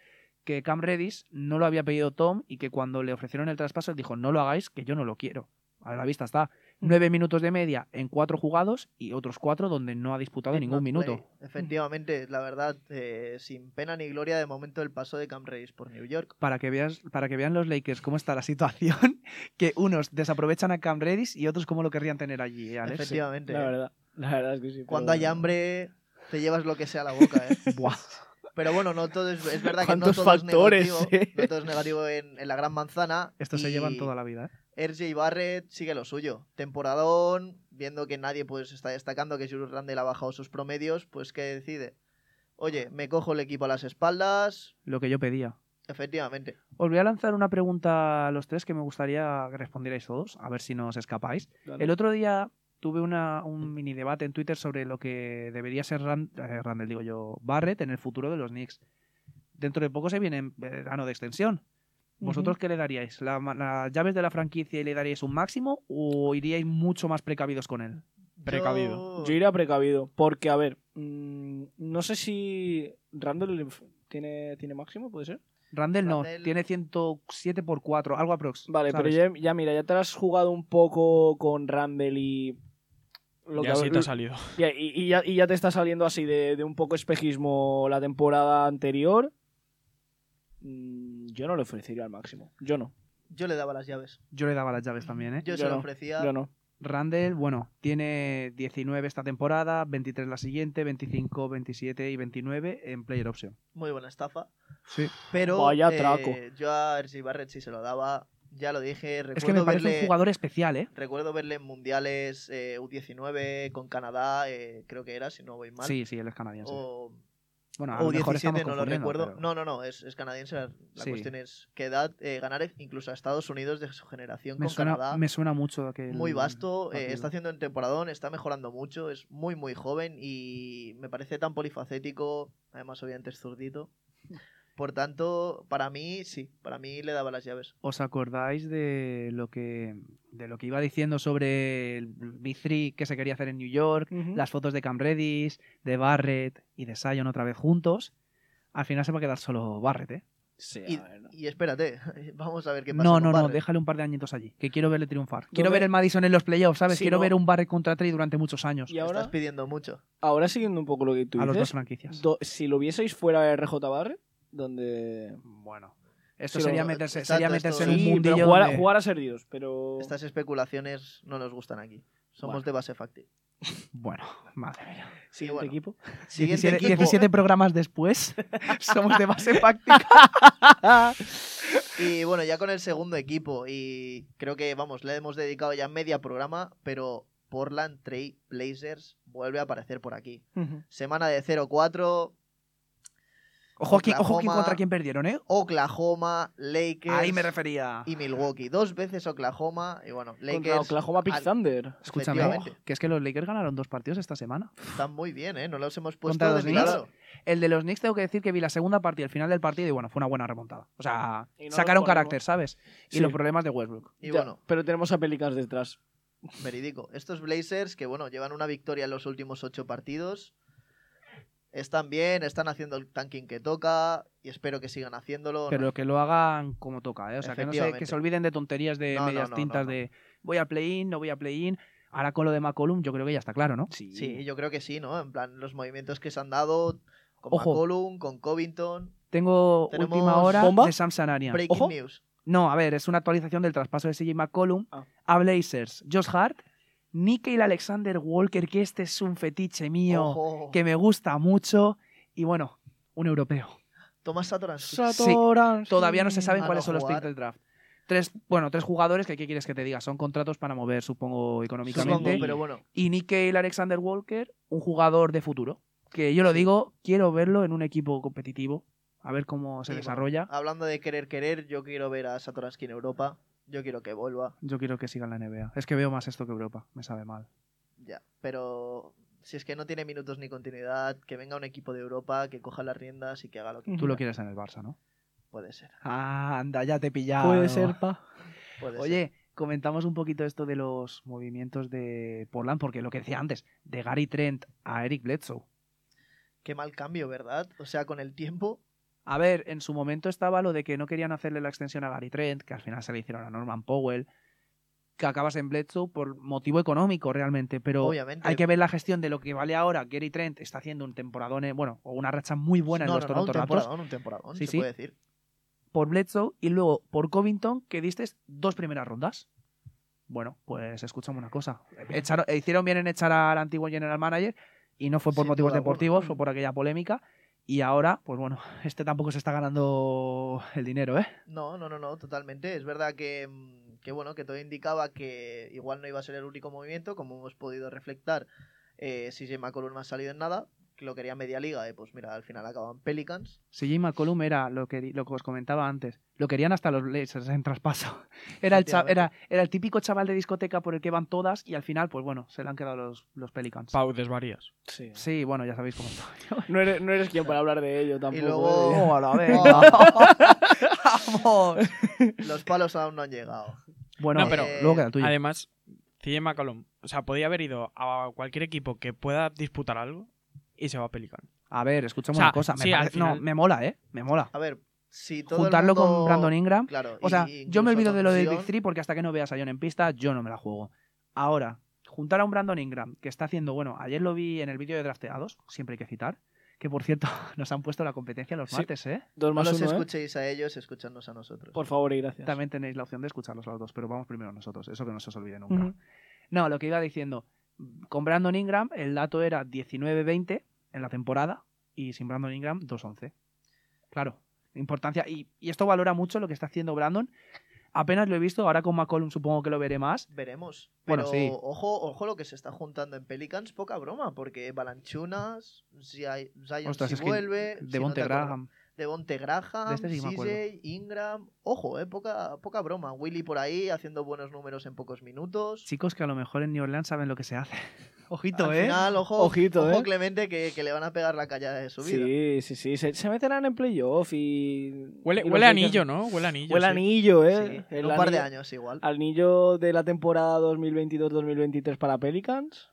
Speaker 2: que Cam Redis no lo había pedido Tom y que cuando le ofrecieron el traspaso él dijo, no lo hagáis, que yo no lo quiero. A la vista está.
Speaker 1: Mm.
Speaker 2: Nueve minutos de media en cuatro jugados y otros cuatro donde no ha disputado ningún
Speaker 1: Not play.
Speaker 2: minuto.
Speaker 1: Efectivamente, la verdad, eh, sin pena ni gloria de momento el paso de Cam Reddish por New York.
Speaker 2: Para que, veas, para que vean los Lakers cómo está la situación, <laughs> que unos desaprovechan a Cam Redis y otros cómo lo querrían tener allí, Alex.
Speaker 1: Efectivamente. eh.
Speaker 4: La verdad. La verdad es que sí. pero
Speaker 1: Cuando hay
Speaker 4: bueno.
Speaker 1: hambre, te llevas lo que sea a la boca, ¿eh?
Speaker 2: <laughs> Buah.
Speaker 1: Pero bueno, no todo es, es verdad que no
Speaker 4: ¿Cuántos
Speaker 1: todo
Speaker 4: factores,
Speaker 1: es negativo.
Speaker 4: eh?
Speaker 1: No todo es negativo en, en la Gran Manzana.
Speaker 2: Esto se
Speaker 1: y
Speaker 2: llevan toda la vida. ¿eh?
Speaker 1: RJ Barrett sigue lo suyo. Temporadón, viendo que nadie pues está destacando, que Julius Randle ha bajado sus promedios, pues ¿qué decide? Oye, me cojo el equipo a las espaldas.
Speaker 2: Lo que yo pedía.
Speaker 1: Efectivamente.
Speaker 2: Os voy a lanzar una pregunta a los tres que me gustaría que respondierais todos, a ver si nos escapáis.
Speaker 4: Dale.
Speaker 2: El otro día tuve una- un mini debate en Twitter sobre lo que debería ser Ran- eh, Randall, digo yo, Barrett en el futuro de los Knicks. Dentro de poco se viene en verano de extensión. ¿Vosotros qué le daríais? ¿La ma- ¿Las llaves de la franquicia y le daríais un máximo o iríais mucho más precavidos con él?
Speaker 3: Precavido.
Speaker 1: Yo-
Speaker 4: Yo iría precavido, porque, a ver, mm, no sé si Randall tiene, tiene máximo, puede ser.
Speaker 2: Randall no,
Speaker 1: Randall-
Speaker 2: tiene 107 por 4, algo aprox.
Speaker 4: Vale,
Speaker 2: ¿sabes?
Speaker 4: pero ya, ya mira, ya te has jugado un poco con Randall y... Lo
Speaker 3: Ya
Speaker 4: que-
Speaker 3: sí te ha salido.
Speaker 4: y, y- y ya, y ya te está saliendo así de, de un poco espejismo la temporada anterior. Mm, Yo no le ofrecería al máximo. Yo no.
Speaker 1: Yo le daba las llaves.
Speaker 2: Yo le daba las llaves también, ¿eh?
Speaker 1: Yo,
Speaker 4: Yo
Speaker 1: se lo
Speaker 4: no,
Speaker 1: ofrecía.
Speaker 4: Yo no.
Speaker 2: Randall, bueno, tiene 19 esta temporada, 23 la siguiente, 25, 27 y 29 en Player Option.
Speaker 1: Muy buena estafa.
Speaker 2: Sí.
Speaker 1: Pero
Speaker 4: Vaya
Speaker 1: eh,
Speaker 4: traco.
Speaker 1: yo a RJ Barrett sí se lo daba. Ya lo dije. Recuerdo
Speaker 2: Es que me parece
Speaker 1: verle...
Speaker 2: un jugador especial, ¿eh?
Speaker 1: Recuerdo verle en mundiales eh, U19 con Canadá, eh, creo que era, si no voy mal.
Speaker 2: Sí, sí, él es canadiense.
Speaker 1: O,
Speaker 2: bueno, a
Speaker 1: o
Speaker 2: lo mejor estamos
Speaker 1: 17, no lo
Speaker 2: confundiendo,
Speaker 1: recuerdo.
Speaker 2: pero-
Speaker 1: No, no, no, es, es canadiense. La la
Speaker 2: Sí.
Speaker 1: cuestión es qué edad eh, ganar incluso a Estados Unidos de su generación
Speaker 2: me,
Speaker 1: con
Speaker 2: suena,
Speaker 1: Canadá.
Speaker 2: me suena mucho que...
Speaker 1: Muy vasto, eh,
Speaker 2: partido.
Speaker 1: está haciendo un temporadón, está mejorando mucho, es muy, muy joven y me parece tan polifacético. Además, obviamente es zurdito. Por tanto, para mí, sí, para mí le daba las llaves.
Speaker 2: ¿Os acordáis de lo que de lo que iba diciendo sobre el B3 que se quería hacer en New York,
Speaker 1: ¿Mm?
Speaker 2: las fotos de Cam Reddish, de Barrett y de Sion otra vez juntos? Al final se va a quedar solo Barrett, ¿eh?
Speaker 4: Sí, a
Speaker 1: Y,
Speaker 4: ver, no.
Speaker 1: y espérate, <laughs> vamos a ver qué pasa.
Speaker 2: No,
Speaker 1: con
Speaker 2: no, no,
Speaker 1: Barrett.
Speaker 2: déjale un par de añitos allí, que quiero verle triunfar. Quiero
Speaker 4: ¿Dónde?
Speaker 2: ver el Madison en los playoffs, ¿sabes?
Speaker 4: Sí,
Speaker 2: quiero
Speaker 4: ¿no?
Speaker 2: ver un Barrett contra Trey durante muchos años.
Speaker 4: Y
Speaker 2: a
Speaker 1: Estás
Speaker 4: ahora,
Speaker 1: pidiendo mucho.
Speaker 4: ahora siguiendo un poco lo que tú
Speaker 2: los dos
Speaker 4: dices,
Speaker 2: franquicias.
Speaker 4: do- si lo vieseis fuera de RJ Barre, donde...
Speaker 2: Bueno, esto
Speaker 4: Sí,
Speaker 2: sería
Speaker 1: lo-
Speaker 2: meterse,
Speaker 1: exacto,
Speaker 2: sería
Speaker 1: esto-
Speaker 2: meterse en
Speaker 1: Sí,
Speaker 2: un
Speaker 4: Sí,
Speaker 2: mundillo
Speaker 4: pero jugar, a-
Speaker 2: donde-
Speaker 4: jugar a ser Dios, pero...
Speaker 1: Estas especulaciones no nos gustan aquí. Somos
Speaker 4: Bueno.
Speaker 1: de base fáctil.
Speaker 2: Bueno, madre mía.
Speaker 1: Sí,
Speaker 4: Siguiente
Speaker 1: bueno. <laughs>
Speaker 4: equipo.
Speaker 1: Siguiente
Speaker 2: 17,
Speaker 1: equipo.
Speaker 2: 17
Speaker 1: <laughs>
Speaker 2: programas después, somos de base práctica.
Speaker 1: Y bueno, ya con el segundo equipo. Y creo que, vamos, le hemos dedicado ya media programa, pero Portland Trail Blazers vuelve a aparecer por aquí. Semana de 0-4.
Speaker 2: Ojo aquí, ojo aquí
Speaker 1: Oklahoma.
Speaker 2: contra quién perdieron, ¿eh?
Speaker 1: Oklahoma, Lakers
Speaker 2: Ahí me refería.
Speaker 1: y Milwaukee. Dos veces Oklahoma y bueno,
Speaker 4: Contra
Speaker 1: Lakers
Speaker 4: Oklahoma Pick
Speaker 1: al-
Speaker 4: Thunder.
Speaker 2: Escúchame,
Speaker 1: efectivamente.
Speaker 2: que es que los Lakers ganaron dos partidos esta semana.
Speaker 1: están muy bien, ¿eh? No los hemos puesto
Speaker 2: Contra
Speaker 1: de
Speaker 2: los Knicks.
Speaker 1: milagro.
Speaker 2: El de los Knicks tengo que decir que vi la segunda parte y el final del partido y bueno, fue una buena remontada. O sea,
Speaker 4: Y no los
Speaker 2: sacaron
Speaker 4: ponemos.
Speaker 2: carácter, ¿sabes? Y
Speaker 4: Sí.
Speaker 2: los problemas de Westbrook.
Speaker 1: Y
Speaker 4: Ya,
Speaker 1: bueno,
Speaker 4: Pero tenemos a Pelicans detrás.
Speaker 1: verídico. Estos Blazers que, bueno, llevan una victoria en los últimos ocho partidos. Están bien, están haciendo el tanking que toca y espero que sigan haciéndolo.
Speaker 2: Pero que lo hagan como toca, ¿eh? O sea, que no se, que
Speaker 1: Efectivamente.
Speaker 2: se olviden de tonterías de
Speaker 1: No, no,
Speaker 2: medias
Speaker 1: no, no,
Speaker 2: tintas
Speaker 1: no.
Speaker 2: de voy a play-in, no voy a play-in. Ahora con lo de McCollum yo creo que ya está claro, ¿no?
Speaker 1: Sí, yo creo que sí, ¿no? En plan, los movimientos que se han dado con
Speaker 2: Ojo.
Speaker 1: McCollum, con Covington.
Speaker 2: Tengo
Speaker 1: Tenemos
Speaker 2: última hora
Speaker 4: bomba.
Speaker 2: de Sam Sanarian.
Speaker 1: Breaking
Speaker 2: Ojo.
Speaker 1: news.
Speaker 2: No, a ver, es una actualización del traspaso de CJ McCollum
Speaker 4: Ah.
Speaker 2: a Blazers. Josh Hart, Nickel Alexander Walker, que este es un fetiche mío
Speaker 1: Ojo.
Speaker 2: que me gusta mucho. Y bueno, un europeo.
Speaker 1: Tomás Satoransky.
Speaker 4: Satoransky.
Speaker 2: Todavía no se saben
Speaker 1: a
Speaker 2: cuáles
Speaker 1: no
Speaker 2: son los
Speaker 1: jugar.
Speaker 2: picks del draft. Tres, bueno, tres jugadores que, ¿qué quieres que te diga? Son contratos para mover, supongo, económicamente.
Speaker 1: Supongo, pero bueno.
Speaker 2: Y Nickel Alexander Walker, un jugador de futuro. Que yo lo digo, quiero verlo en un equipo competitivo, a ver cómo se
Speaker 1: Y bueno,
Speaker 2: desarrolla.
Speaker 1: Hablando de querer querer, yo quiero ver a Satoransky en Europa. Yo quiero que vuelva.
Speaker 2: Yo quiero que siga en la NBA. Es que veo más esto que Europa, me sabe mal.
Speaker 1: Ya. Pero si es que no tiene minutos ni continuidad, que venga un equipo de Europa, que coja las riendas y que haga lo que
Speaker 2: Tú lo quieres en el Barça, ¿no?
Speaker 1: puede ser.
Speaker 2: Ah, anda, ya te he pillado.
Speaker 4: Puede
Speaker 2: <laughs>
Speaker 4: ser, pa.
Speaker 1: Puede ser.
Speaker 2: Oye, comentamos un poquito esto de los movimientos de Portland, porque lo que decía antes, de Gary Trent a Eric Bledsoe.
Speaker 1: Qué mal cambio, ¿verdad? O sea, con el tiempo.
Speaker 2: A ver, en su momento estaba lo de que no querían hacerle la extensión a Gary Trent, que al final se le hicieron a Norman Powell, que acabas en Bledsoe por motivo económico realmente, pero
Speaker 1: Obviamente.
Speaker 2: hay que ver la gestión de lo que vale ahora. Gary Trent está haciendo un temporadón, eh, bueno, o una racha muy buena en
Speaker 1: No,
Speaker 2: los
Speaker 1: no, no,
Speaker 2: Toronto
Speaker 1: un
Speaker 2: Raptors
Speaker 1: temporadón, un temporadón,
Speaker 2: Sí,
Speaker 1: se
Speaker 2: sí.
Speaker 1: puede decir.
Speaker 2: por Bledsoe y luego por Covington, que diste dos primeras rondas. Bueno, pues escúchame una cosa. Echaron- hicieron bien en echar al antiguo general manager y no fue por
Speaker 1: Sin
Speaker 2: motivos
Speaker 1: duda alguna.
Speaker 2: deportivos, fue por aquella polémica. Y ahora, pues bueno, <laughs> este tampoco se está ganando el dinero, ¿eh?
Speaker 1: No, no, no, no, totalmente. Es verdad que, mm, que bueno, que todo indicaba que igual no iba a ser el único movimiento, como hemos podido reflectar, eh, CJ McCollum no ha salido en nada, que lo quería media liga, y pues mira, al final acaban
Speaker 2: <laughs>
Speaker 1: Pelicans.
Speaker 2: Si Jim McCollum era lo que, lo que os comentaba antes, lo querían hasta los Blazers en traspaso. <laughs> Era el, cha- era, era el típico chaval de discoteca por el que van todas y al final, pues bueno, se le han quedado los, los Pelicans.
Speaker 3: Pau, desvarías.
Speaker 4: Sí.
Speaker 2: Sí, bueno, ya sabéis cómo estoy.
Speaker 4: No eres, no eres quien para hablar de ello tampoco.
Speaker 1: luego-
Speaker 4: ¿eh?
Speaker 2: ¡Oh, a la vez! ¡Vamos!
Speaker 1: <laughs> Los palos aún no han llegado.
Speaker 2: Bueno,
Speaker 3: No, pero-
Speaker 2: eh, luego queda el tuyo.
Speaker 3: Además, CJ McCollum, o sea, podía haber ido a cualquier equipo que pueda disputar algo y se va a Pelican.
Speaker 2: A ver, escúchame
Speaker 3: O sea,
Speaker 2: una cosa. Me
Speaker 3: sí, al
Speaker 2: parece- No,
Speaker 3: final-
Speaker 2: me mola, ¿eh? Me mola.
Speaker 1: A ver, si todo el
Speaker 2: Juntarlo
Speaker 1: mundo-
Speaker 2: con Brandon Ingram.
Speaker 1: Claro,
Speaker 2: O sea,
Speaker 1: y-
Speaker 2: yo me
Speaker 1: incluso
Speaker 2: olvido de lo del Big
Speaker 1: Thompson.
Speaker 2: Three porque hasta que no veas a John en pista, yo no me la juego. Ahora, juntar a un Brandon Ingram que está haciendo, bueno, ayer lo vi en el vídeo de drafteados, siempre hay que citar, que por cierto, <laughs> nos han puesto la competencia los
Speaker 4: Sí.
Speaker 2: martes, ¿eh?
Speaker 4: <laughs> Dos
Speaker 1: No
Speaker 4: más
Speaker 1: los
Speaker 4: uno, ¿eh?
Speaker 1: escuchéis a ellos, escuchadnos a nosotros.
Speaker 4: Por favor y gracias.
Speaker 2: También tenéis la opción de escucharlos los dos, pero vamos primero nosotros, eso que no se os olvide nunca.
Speaker 4: Ujú.
Speaker 2: No, lo que iba diciendo, con Brandon Ingram el dato era 19-20 en la temporada y sin Brandon Ingram 2-11. Claro, importancia. Y, y esto valora mucho lo que está haciendo Brandon. Apenas lo he visto, ahora con McCollum supongo que lo veré más.
Speaker 1: Veremos.
Speaker 2: Bueno,
Speaker 1: Pero
Speaker 2: sí.
Speaker 1: ojo, ojo lo que se está juntando en Pelicans, poca broma, porque Balanchunas, Zion
Speaker 2: Ostras,
Speaker 1: si
Speaker 2: es que
Speaker 1: vuelve,
Speaker 2: De Monte Graham.
Speaker 1: Devonte
Speaker 2: De
Speaker 1: Graham,
Speaker 2: este sí me acuerdo.
Speaker 1: CJ, Ingram, ojo, eh, poca, poca broma, Willy por ahí haciendo buenos números en pocos minutos.
Speaker 2: Chicos que a lo mejor en New Orleans saben lo que se hace. <laughs> Ojito,
Speaker 1: Al
Speaker 2: ¿eh?
Speaker 1: final, ojo,
Speaker 4: Ojito,
Speaker 1: ojo
Speaker 4: eh.
Speaker 1: Clemente que, que le van a pegar la callada de su vida.
Speaker 2: eh,
Speaker 4: Sí, sí, sí. Se, se meterán en playoff y.
Speaker 3: Huele,
Speaker 4: y los
Speaker 3: huele a
Speaker 4: Lakers-
Speaker 3: anillo, ¿no? Huele a anillo.
Speaker 4: Huele a
Speaker 3: sí.
Speaker 4: anillo,
Speaker 1: Sí,
Speaker 4: ¿eh?
Speaker 1: en
Speaker 4: El
Speaker 1: un par de
Speaker 4: anillo-
Speaker 1: años igual.
Speaker 4: Anillo de la temporada 2022-2023 para Pelicans.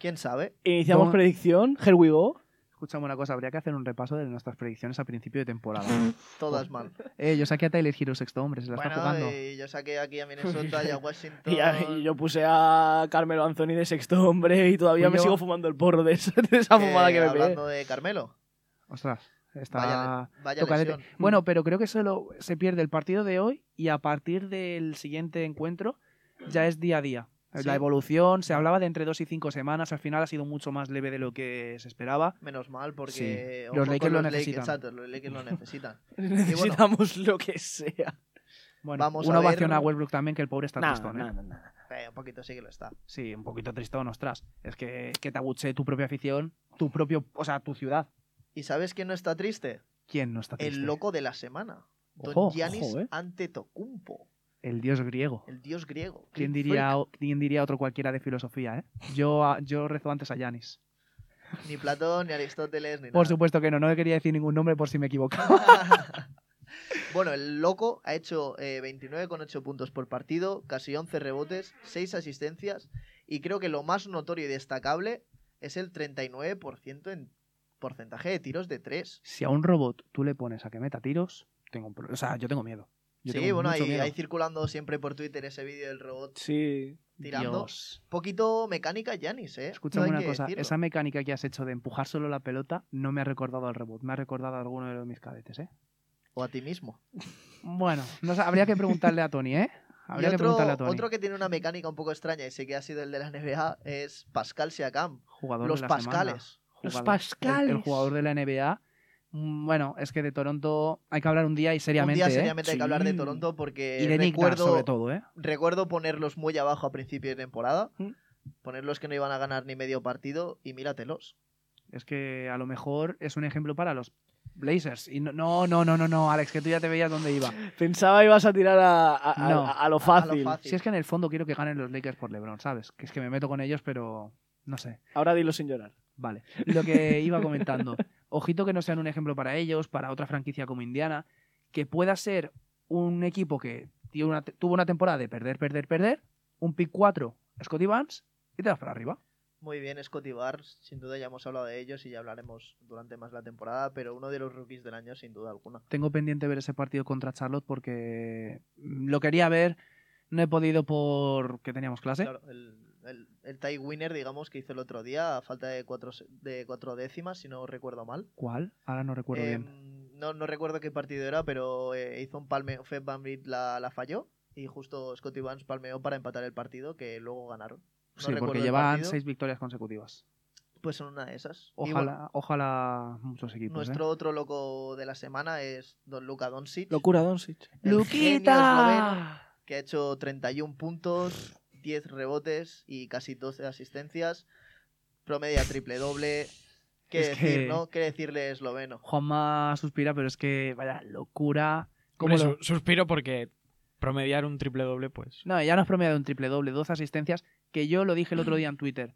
Speaker 1: ¿Quién sabe?
Speaker 4: Iniciamos
Speaker 2: Toma.
Speaker 4: predicción. Here we go.
Speaker 2: Escúchame una cosa, habría que hacer un repaso de nuestras predicciones a principio de temporada. <laughs>
Speaker 1: Todas mal.
Speaker 2: eh, yo saqué a Tyler Hero sexto hombre, se la está jugando.
Speaker 1: Bueno, eh, y yo saqué aquí a
Speaker 2: <laughs>
Speaker 1: Minnesota y a Washington.
Speaker 4: Y, a- y yo puse a Carmelo Anthony de sexto hombre y todavía
Speaker 2: Uy,
Speaker 4: me
Speaker 2: yo-
Speaker 4: sigo fumando el porro de esa, de esa
Speaker 1: que,
Speaker 4: fumada que me pegué.
Speaker 1: eh, Hablando de Carmelo.
Speaker 2: Ostras, está...
Speaker 1: Vaya, vaya
Speaker 2: Tocadete.
Speaker 1: lesión. Mm.
Speaker 2: Bueno, pero creo que solo se pierde el partido de hoy y a partir del siguiente encuentro ya es día a día.
Speaker 1: Sí.
Speaker 2: La evolución, se hablaba de entre dos y cinco semanas, al final ha sido mucho más leve de lo que se esperaba.
Speaker 1: Menos mal, porque
Speaker 2: Sí.
Speaker 1: ojo
Speaker 2: Los
Speaker 1: con
Speaker 2: Lakers lo necesitan.
Speaker 1: exacto, los Lakers lo
Speaker 2: <laughs>
Speaker 1: necesitan.
Speaker 4: Necesitamos lo que sea.
Speaker 2: Bueno,
Speaker 1: Vamos
Speaker 2: una
Speaker 1: a ver-
Speaker 2: ovación a Westbrook también, que el pobre está
Speaker 4: Nada,
Speaker 2: tristón. ¿eh?
Speaker 4: nada, nada.
Speaker 1: Eh, un poquito sí que lo está.
Speaker 2: Sí, un poquito tristón, ostras. Es que, que te abuche tu propia afición, tu propio, o sea, tu ciudad.
Speaker 1: ¿Y sabes quién no está triste?
Speaker 2: ¿Quién no está triste?
Speaker 1: El loco de la semana. Don
Speaker 2: Ojo,
Speaker 1: Giannis
Speaker 4: ojo, eh.
Speaker 1: Antetokounmpo,
Speaker 2: El dios griego.
Speaker 1: el dios griego.
Speaker 2: ¿Quién
Speaker 1: Clint
Speaker 2: diría, ¿Quién diría otro cualquiera de filosofía, eh? Yo, a- yo rezo antes a Yanis.
Speaker 1: Frick. Ni Platón, ni Aristóteles, ni
Speaker 2: Por
Speaker 1: nada.
Speaker 2: supuesto que no, no quería decir ningún nombre por si me equivocaba.
Speaker 1: <laughs> bueno, el loco ha hecho eh, 29,8 puntos por partido, casi 11 rebotes, 6 asistencias y creo que lo más notorio y destacable es el 39% en porcentaje de tiros de 3.
Speaker 2: Si a un robot tú le pones a que meta tiros, tengo un pro- O sea, yo tengo miedo. Yo
Speaker 1: sí,
Speaker 2: tengo
Speaker 1: bueno,
Speaker 2: mucho
Speaker 1: ahí,
Speaker 2: miedo.
Speaker 1: ahí circulando siempre por Twitter ese vídeo del robot
Speaker 4: Sí.
Speaker 1: tirando.
Speaker 2: Dios.
Speaker 1: Poquito mecánica Janis, ¿eh?
Speaker 2: Escúchame
Speaker 1: No hay
Speaker 2: una
Speaker 1: que
Speaker 2: cosa,
Speaker 1: decirlo.
Speaker 2: esa mecánica que has hecho de empujar solo la pelota no me ha recordado al robot, me ha recordado a alguno de los mis cadetes, ¿eh?
Speaker 1: O a ti mismo.
Speaker 2: Bueno, no sé, habría que preguntarle a Tony, ¿eh?
Speaker 1: <laughs>
Speaker 2: Habría
Speaker 1: y
Speaker 2: que
Speaker 1: otro,
Speaker 2: preguntarle a Tony,
Speaker 1: otro que tiene una mecánica un poco extraña y sé que ha sido el de la NBA es Pascal Siakam.
Speaker 2: jugador de
Speaker 1: Los
Speaker 2: la semana.
Speaker 1: Pascales.
Speaker 2: Jugador-
Speaker 4: Pascales.
Speaker 2: El, el jugador de la NBA. Mm, Bueno, es que de Toronto hay que hablar un día y
Speaker 1: Un
Speaker 2: seriamente,
Speaker 1: día
Speaker 2: ¿eh?
Speaker 1: seriamente hay que hablar de
Speaker 4: Sí.
Speaker 1: Toronto porque
Speaker 2: Y de Nick Nurse,
Speaker 1: recuerdo,
Speaker 2: sobre todo, ¿eh?
Speaker 1: recuerdo ponerlos muy abajo a principio de temporada,
Speaker 4: Mm.
Speaker 1: ponerlos que no iban a ganar ni medio partido y míratelos.
Speaker 2: Es que a lo mejor es un ejemplo para los Blazers. Y no, no, no, no, no, no, Alex, que tú ya te veías dónde iba.
Speaker 4: Pensaba ibas a tirar a, a- a-
Speaker 2: No.
Speaker 4: a- a lo
Speaker 1: A- a
Speaker 4: fácil.
Speaker 1: lo fácil.
Speaker 2: Si es que en el fondo quiero que ganen los Lakers por LeBron, ¿sabes? Que es que me meto con ellos, pero no sé.
Speaker 4: Ahora dilo sin llorar.
Speaker 2: Vale. Lo que iba comentando. Ojito que no sean un ejemplo para ellos, para otra franquicia como Indiana, que pueda ser un equipo que tiene una te- tuvo una temporada de perder, perder, perder, un pick 4, Scotty Barnes, y te vas para arriba.
Speaker 1: Muy bien, Scotty Barnes, sin duda ya hemos hablado de ellos y ya hablaremos durante más la temporada, pero uno de los rookies del año sin duda alguna.
Speaker 2: Tengo pendiente ver ese partido contra Charlotte porque mm, lo quería ver, no he podido porque teníamos clase.
Speaker 1: Claro, el, el, el tie winner, digamos, que hizo el otro día, a falta de cuatro, se- de cuatro décimas, si no recuerdo mal.
Speaker 2: ¿Cuál? Ahora no recuerdo
Speaker 1: Eh,
Speaker 2: bien.
Speaker 1: no, no recuerdo qué partido era, pero eh, hizo un palme, Fed VanVleet la, la falló y justo Scotty Barnes palmeó para empatar el partido que luego ganaron. No
Speaker 2: sí,
Speaker 1: recuerdo
Speaker 2: porque
Speaker 1: el
Speaker 2: llevan
Speaker 1: partido.
Speaker 2: seis victorias consecutivas.
Speaker 1: Pues son una de esas. Y
Speaker 2: Ojalá, ojalá muchos
Speaker 1: bueno,
Speaker 2: equipos. ¿eh?
Speaker 1: nuestro otro loco de la semana es Don Luka Doncic.
Speaker 4: Locura, Doncic.
Speaker 1: el genio esloveno,
Speaker 2: ¡Luquita!
Speaker 1: que ha hecho 31 puntos, 10 rebotes y casi 12 asistencias. Promedia triple doble. ¿Qué
Speaker 2: Es
Speaker 1: decir,
Speaker 2: que-
Speaker 1: no? ¿Qué decirle esloveno?
Speaker 2: Juanma suspira, pero es que vaya locura. ¿Cómo
Speaker 3: Hombre,
Speaker 2: lo-
Speaker 3: su- Suspiro porque promediar un triple doble, pues.
Speaker 2: No, ya nos promedio un triple doble, dos asistencias, que yo lo dije el otro día en Twitter.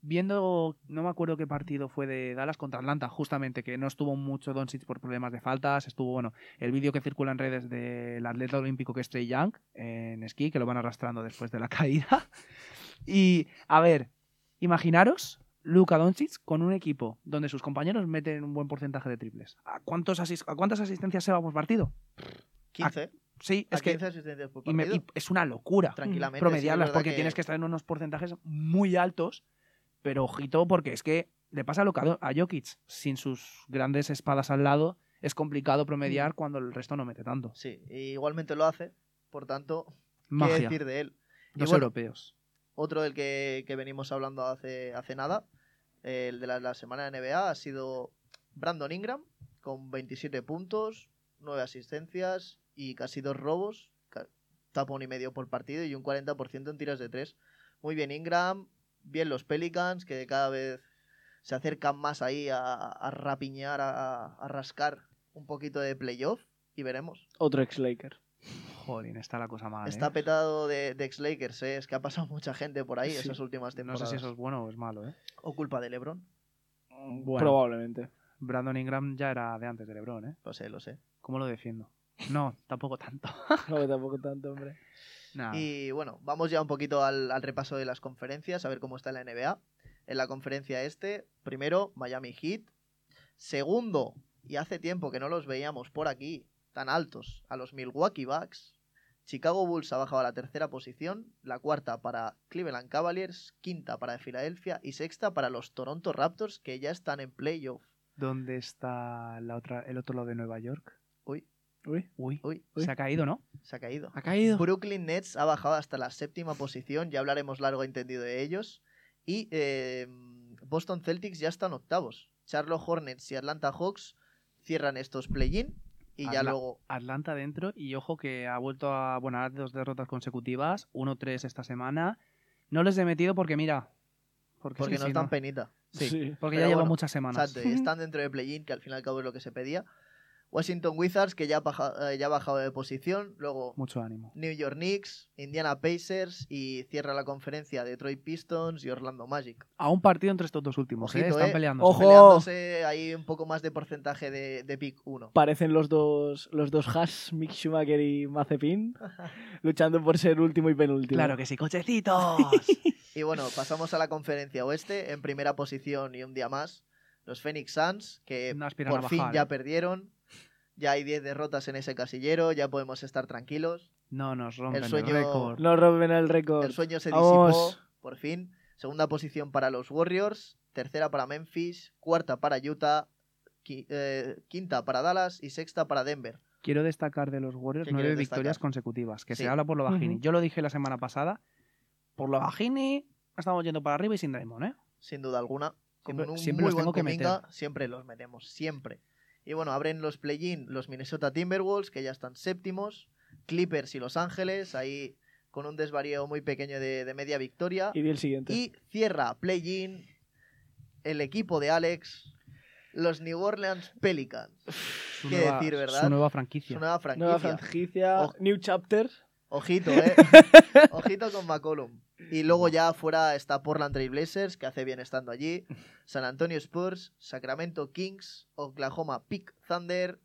Speaker 2: Viendo, no me acuerdo qué partido fue de Dallas contra Atlanta, justamente, que no estuvo mucho Doncic por problemas de faltas, estuvo, bueno, el vídeo que circula en redes del atleta olímpico que es Trey Young, en esquí, que lo van arrastrando después de la <laughs> caída. Y, a ver, imaginaros Luka Doncic con un equipo donde sus compañeros meten un buen porcentaje de triples. ¿A, cuántos asis- a cuántas asistencias se va por partido?
Speaker 1: 15.
Speaker 2: Sí,
Speaker 1: a
Speaker 2: Ah, es que
Speaker 1: 15 asistencias por
Speaker 2: y me-
Speaker 1: partido.
Speaker 2: y es una locura
Speaker 1: Tranquilamente.
Speaker 2: promediarlas
Speaker 1: sí, es verdad
Speaker 2: porque tienes que estar en unos porcentajes muy altos, pero ojito porque es que le pasa lo que a a Jokic, sin sus grandes espadas al lado, es complicado
Speaker 1: Mm.
Speaker 2: promediar cuando el resto no mete tanto.
Speaker 1: Sí, y igualmente lo hace. Por tanto,
Speaker 2: Magia,
Speaker 1: qué decir de él. Y
Speaker 2: los
Speaker 1: bueno,
Speaker 2: europeos.
Speaker 1: otro del que, que venimos hablando hace, hace nada, eh, el de la, la semana de NBA, ha sido Brandon Ingram, con 27 puntos, 9 asistencias y casi dos robos, ca- tapón y medio por partido y un 40% en tiras de 3. Muy bien Ingram, bien los Pelicans, que cada vez se acercan más ahí a, a rapiñar, a, a rascar un poquito de playoff y veremos.
Speaker 4: Otro ex-Laker.
Speaker 2: Jolín, está la cosa mal.
Speaker 1: Está
Speaker 2: ¿eh?
Speaker 1: petado de, de ex-Lakers, ¿eh? es que ha pasado mucha gente por ahí
Speaker 4: Sí.
Speaker 1: esas últimas
Speaker 2: No
Speaker 1: temporadas.
Speaker 2: sé si eso es bueno o es malo. ¿eh?
Speaker 1: O culpa de LeBron. Mm,
Speaker 2: Bueno.
Speaker 4: Probablemente. <laughs>
Speaker 2: Brandon Ingram ya era de antes de LeBron, ¿eh?
Speaker 1: Lo sé, lo sé.
Speaker 2: ¿Cómo lo defiendo? No, <laughs>
Speaker 1: <laughs>
Speaker 2: tampoco tanto.
Speaker 4: No, que tampoco tanto, hombre.
Speaker 2: Nah.
Speaker 1: Y bueno, vamos ya un poquito al, al repaso de las conferencias, a ver cómo está la NBA. En la conferencia este, primero, Miami Heat. Segundo, y hace tiempo que no los veíamos por aquí, tan altos, a los Milwaukee Bucks. Chicago Bulls ha bajado a la tercera posición, la cuarta para Cleveland Cavaliers, quinta para Filadelfia y sexta para los Toronto Raptors, que ya están en playoff.
Speaker 2: ¿Dónde está la otra, el otro lado de Nueva York?
Speaker 1: Uy.
Speaker 2: Uy. Uy.
Speaker 1: Uy,
Speaker 2: Se ha caído, ¿no?
Speaker 1: se ha caído.
Speaker 4: Ha caído.
Speaker 1: Brooklyn Nets ha bajado hasta la séptima posición, ya hablaremos largo y entendido de ellos. Y eh, Boston Celtics ya están octavos. Charlotte Hornets y Atlanta Hawks cierran estos play-in y ya
Speaker 2: Atla-
Speaker 1: luego
Speaker 2: Atlanta dentro y ojo que ha vuelto a, bueno, a dos derrotas consecutivas, 1-3 esta semana. No les he metido porque mira, porque,
Speaker 1: porque
Speaker 2: es que
Speaker 1: no
Speaker 2: si
Speaker 1: están penita.
Speaker 2: Sí,
Speaker 4: Sí.
Speaker 2: porque
Speaker 1: Pero
Speaker 2: ya lleva
Speaker 1: bueno,
Speaker 2: muchas
Speaker 1: O
Speaker 2: <laughs> semanas.
Speaker 1: sea, te- están dentro de play-in, que al fin y al cabo es lo que se pedía. Washington Wizards, que ya ha, baja- eh, ya ha bajado de posición. Luego
Speaker 2: Mucho ánimo.
Speaker 1: New York Knicks, Indiana Pacers y cierra la conferencia Detroit Pistons y Orlando Magic.
Speaker 2: A un partido entre estos dos últimos, ¿eh?
Speaker 1: Ojito,
Speaker 2: Están
Speaker 1: eh.
Speaker 2: peleando.
Speaker 4: Ojo.
Speaker 1: Peleándose ahí un poco más de porcentaje de, de pick 1.
Speaker 4: Parecen los dos, los dos Hash, Mick Schumacher y
Speaker 1: <laughs>
Speaker 4: Mazepin, luchando por ser último y penúltimo.
Speaker 2: Claro que sí, cochecitos.
Speaker 1: Y bueno, pasamos a la conferencia oeste, en primera posición y un día más. Los Phoenix Suns, que
Speaker 2: No aspiran
Speaker 1: por
Speaker 2: a
Speaker 1: fin
Speaker 2: bajar.
Speaker 1: ya
Speaker 2: ¿eh?
Speaker 1: perdieron. Ya hay 10 derrotas en ese casillero, ya podemos estar tranquilos.
Speaker 2: No nos rompen el,
Speaker 1: sueño-
Speaker 2: récord.
Speaker 4: No rompen el récord.
Speaker 1: El sueño se disipó,
Speaker 4: Vamos.
Speaker 1: por fin. Segunda posición para los Warriors, tercera para Memphis, cuarta para Utah, qui- eh, quinta para Dallas y sexta para Denver.
Speaker 2: Quiero destacar de los Warriors
Speaker 1: ¿Qué
Speaker 2: nueve
Speaker 1: quieres
Speaker 2: victorias
Speaker 1: destacar?
Speaker 2: consecutivas, que
Speaker 1: Sí.
Speaker 2: se habla por lo bajini.
Speaker 4: Ujú.
Speaker 2: Yo lo dije la semana pasada. Por lo bajini estamos yendo para arriba y sin Draymond, ¿eh?
Speaker 1: Sin duda alguna. Con
Speaker 2: Siempre-
Speaker 1: un
Speaker 2: siempre
Speaker 1: muy
Speaker 2: los
Speaker 1: buen
Speaker 2: tengo que
Speaker 1: Kuminga, siempre los metemos, siempre. Y bueno, abren los play-in los Minnesota Timberwolves, que ya están séptimos, Clippers y Los Ángeles, ahí con un desvarío muy pequeño de, de media victoria.
Speaker 4: Y di el siguiente.
Speaker 1: Y cierra play-in el equipo de Alex, los New Orleans Pelicans.
Speaker 2: Su
Speaker 1: Qué
Speaker 2: nueva-
Speaker 1: decir, ¿verdad?
Speaker 2: Su nueva
Speaker 1: Su
Speaker 2: franquicia.
Speaker 1: nueva franquicia.
Speaker 4: Nueva franquicia,
Speaker 1: Ojo.
Speaker 4: New Chapter.
Speaker 1: Ojito, eh. Ojito con McCollum. Y luego ya afuera está Portland Trail Blazers, que hace bien estando allí. San Antonio Spurs, Sacramento Kings, Oklahoma Pick Thunder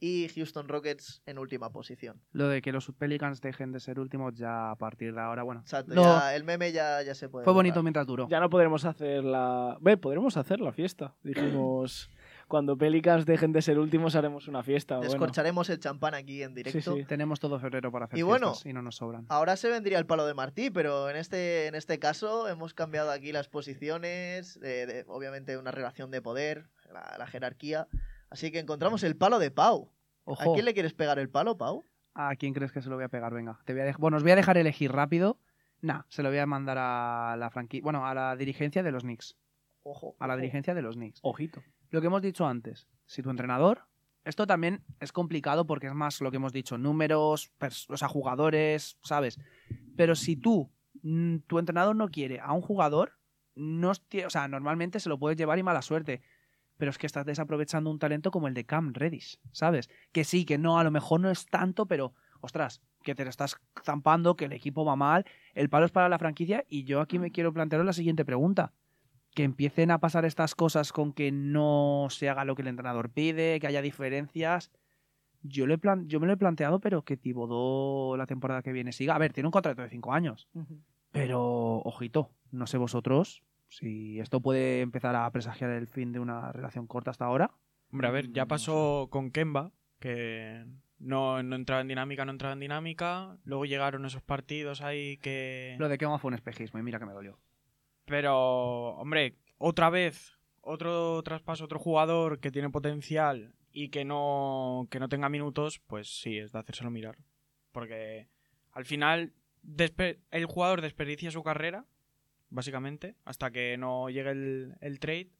Speaker 1: y Houston Rockets en última posición.
Speaker 2: Lo de que los Pelicans dejen de ser últimos ya a partir de ahora, bueno.
Speaker 1: Exacto,
Speaker 2: No.
Speaker 1: ya el meme ya, ya se puede.
Speaker 2: Fue
Speaker 1: borrar.
Speaker 2: bonito mientras duró.
Speaker 4: Ya no podremos hacer la. Ve, podremos hacer la fiesta.
Speaker 1: <clears throat>
Speaker 4: Dijimos. Cuando Pelicans dejen de ser últimos, haremos una fiesta. Bueno,
Speaker 1: Descorcharemos el champán aquí en directo.
Speaker 4: Sí.
Speaker 2: Tenemos todo febrero para hacer
Speaker 1: Y bueno,
Speaker 2: fiestas y no nos sobran.
Speaker 1: Ahora se vendría el palo de Martí, pero en este, en este caso hemos cambiado aquí las posiciones, eh, de- obviamente una relación de poder, la, la jerarquía. Así que encontramos el palo de Pau.
Speaker 2: Ojo.
Speaker 1: ¿A quién le quieres pegar el palo, Pau?
Speaker 2: ¿A quién crees que se lo voy a pegar? Venga, te voy a dej- bueno, os voy a dejar elegir rápido. Nah, se lo voy a mandar a la franquicia, bueno, a la dirigencia de los Knicks,
Speaker 1: Ojo.
Speaker 2: a la
Speaker 1: ojo.
Speaker 2: dirigencia de los Knicks.
Speaker 4: Ojito.
Speaker 2: Lo que hemos dicho antes, si tu entrenador, esto también es complicado porque es más lo que hemos dicho, números, pers- o sea, jugadores, ¿sabes? Pero si tú, mm, tu entrenador no quiere a un jugador, no, esti- o sea, normalmente se lo puedes llevar y mala suerte. Pero es que estás desaprovechando un talento como el de Cam Reddish, ¿sabes? Que sí, que no, a lo mejor no es tanto, pero ostras, que te lo estás zampando, que el equipo va mal, el palo es para la franquicia y yo aquí me quiero plantear la siguiente pregunta. Que empiecen a pasar estas cosas con que no se haga lo que el entrenador pide, que haya diferencias. Yo, le plan- yo me lo he planteado, pero que Tibodó la temporada que viene siga. A ver, tiene un contrato de cinco años. Pero, ojito, no sé vosotros si esto puede empezar a presagiar el fin de una relación corta hasta ahora.
Speaker 3: Hombre, a ver, ya
Speaker 2: Mm,
Speaker 3: pasó con Kemba, que no, no entraba en dinámica, no entraba en dinámica. Luego llegaron esos partidos ahí que.
Speaker 2: Lo de que fue un espejismo y mira que me dolió.
Speaker 3: Pero, hombre, otra vez, otro traspaso, otro jugador que tiene potencial y que no, que no tenga minutos, pues sí, es de hacérselo mirar. Porque al final despe- el jugador desperdicia su carrera, básicamente, hasta que no llegue el, el trade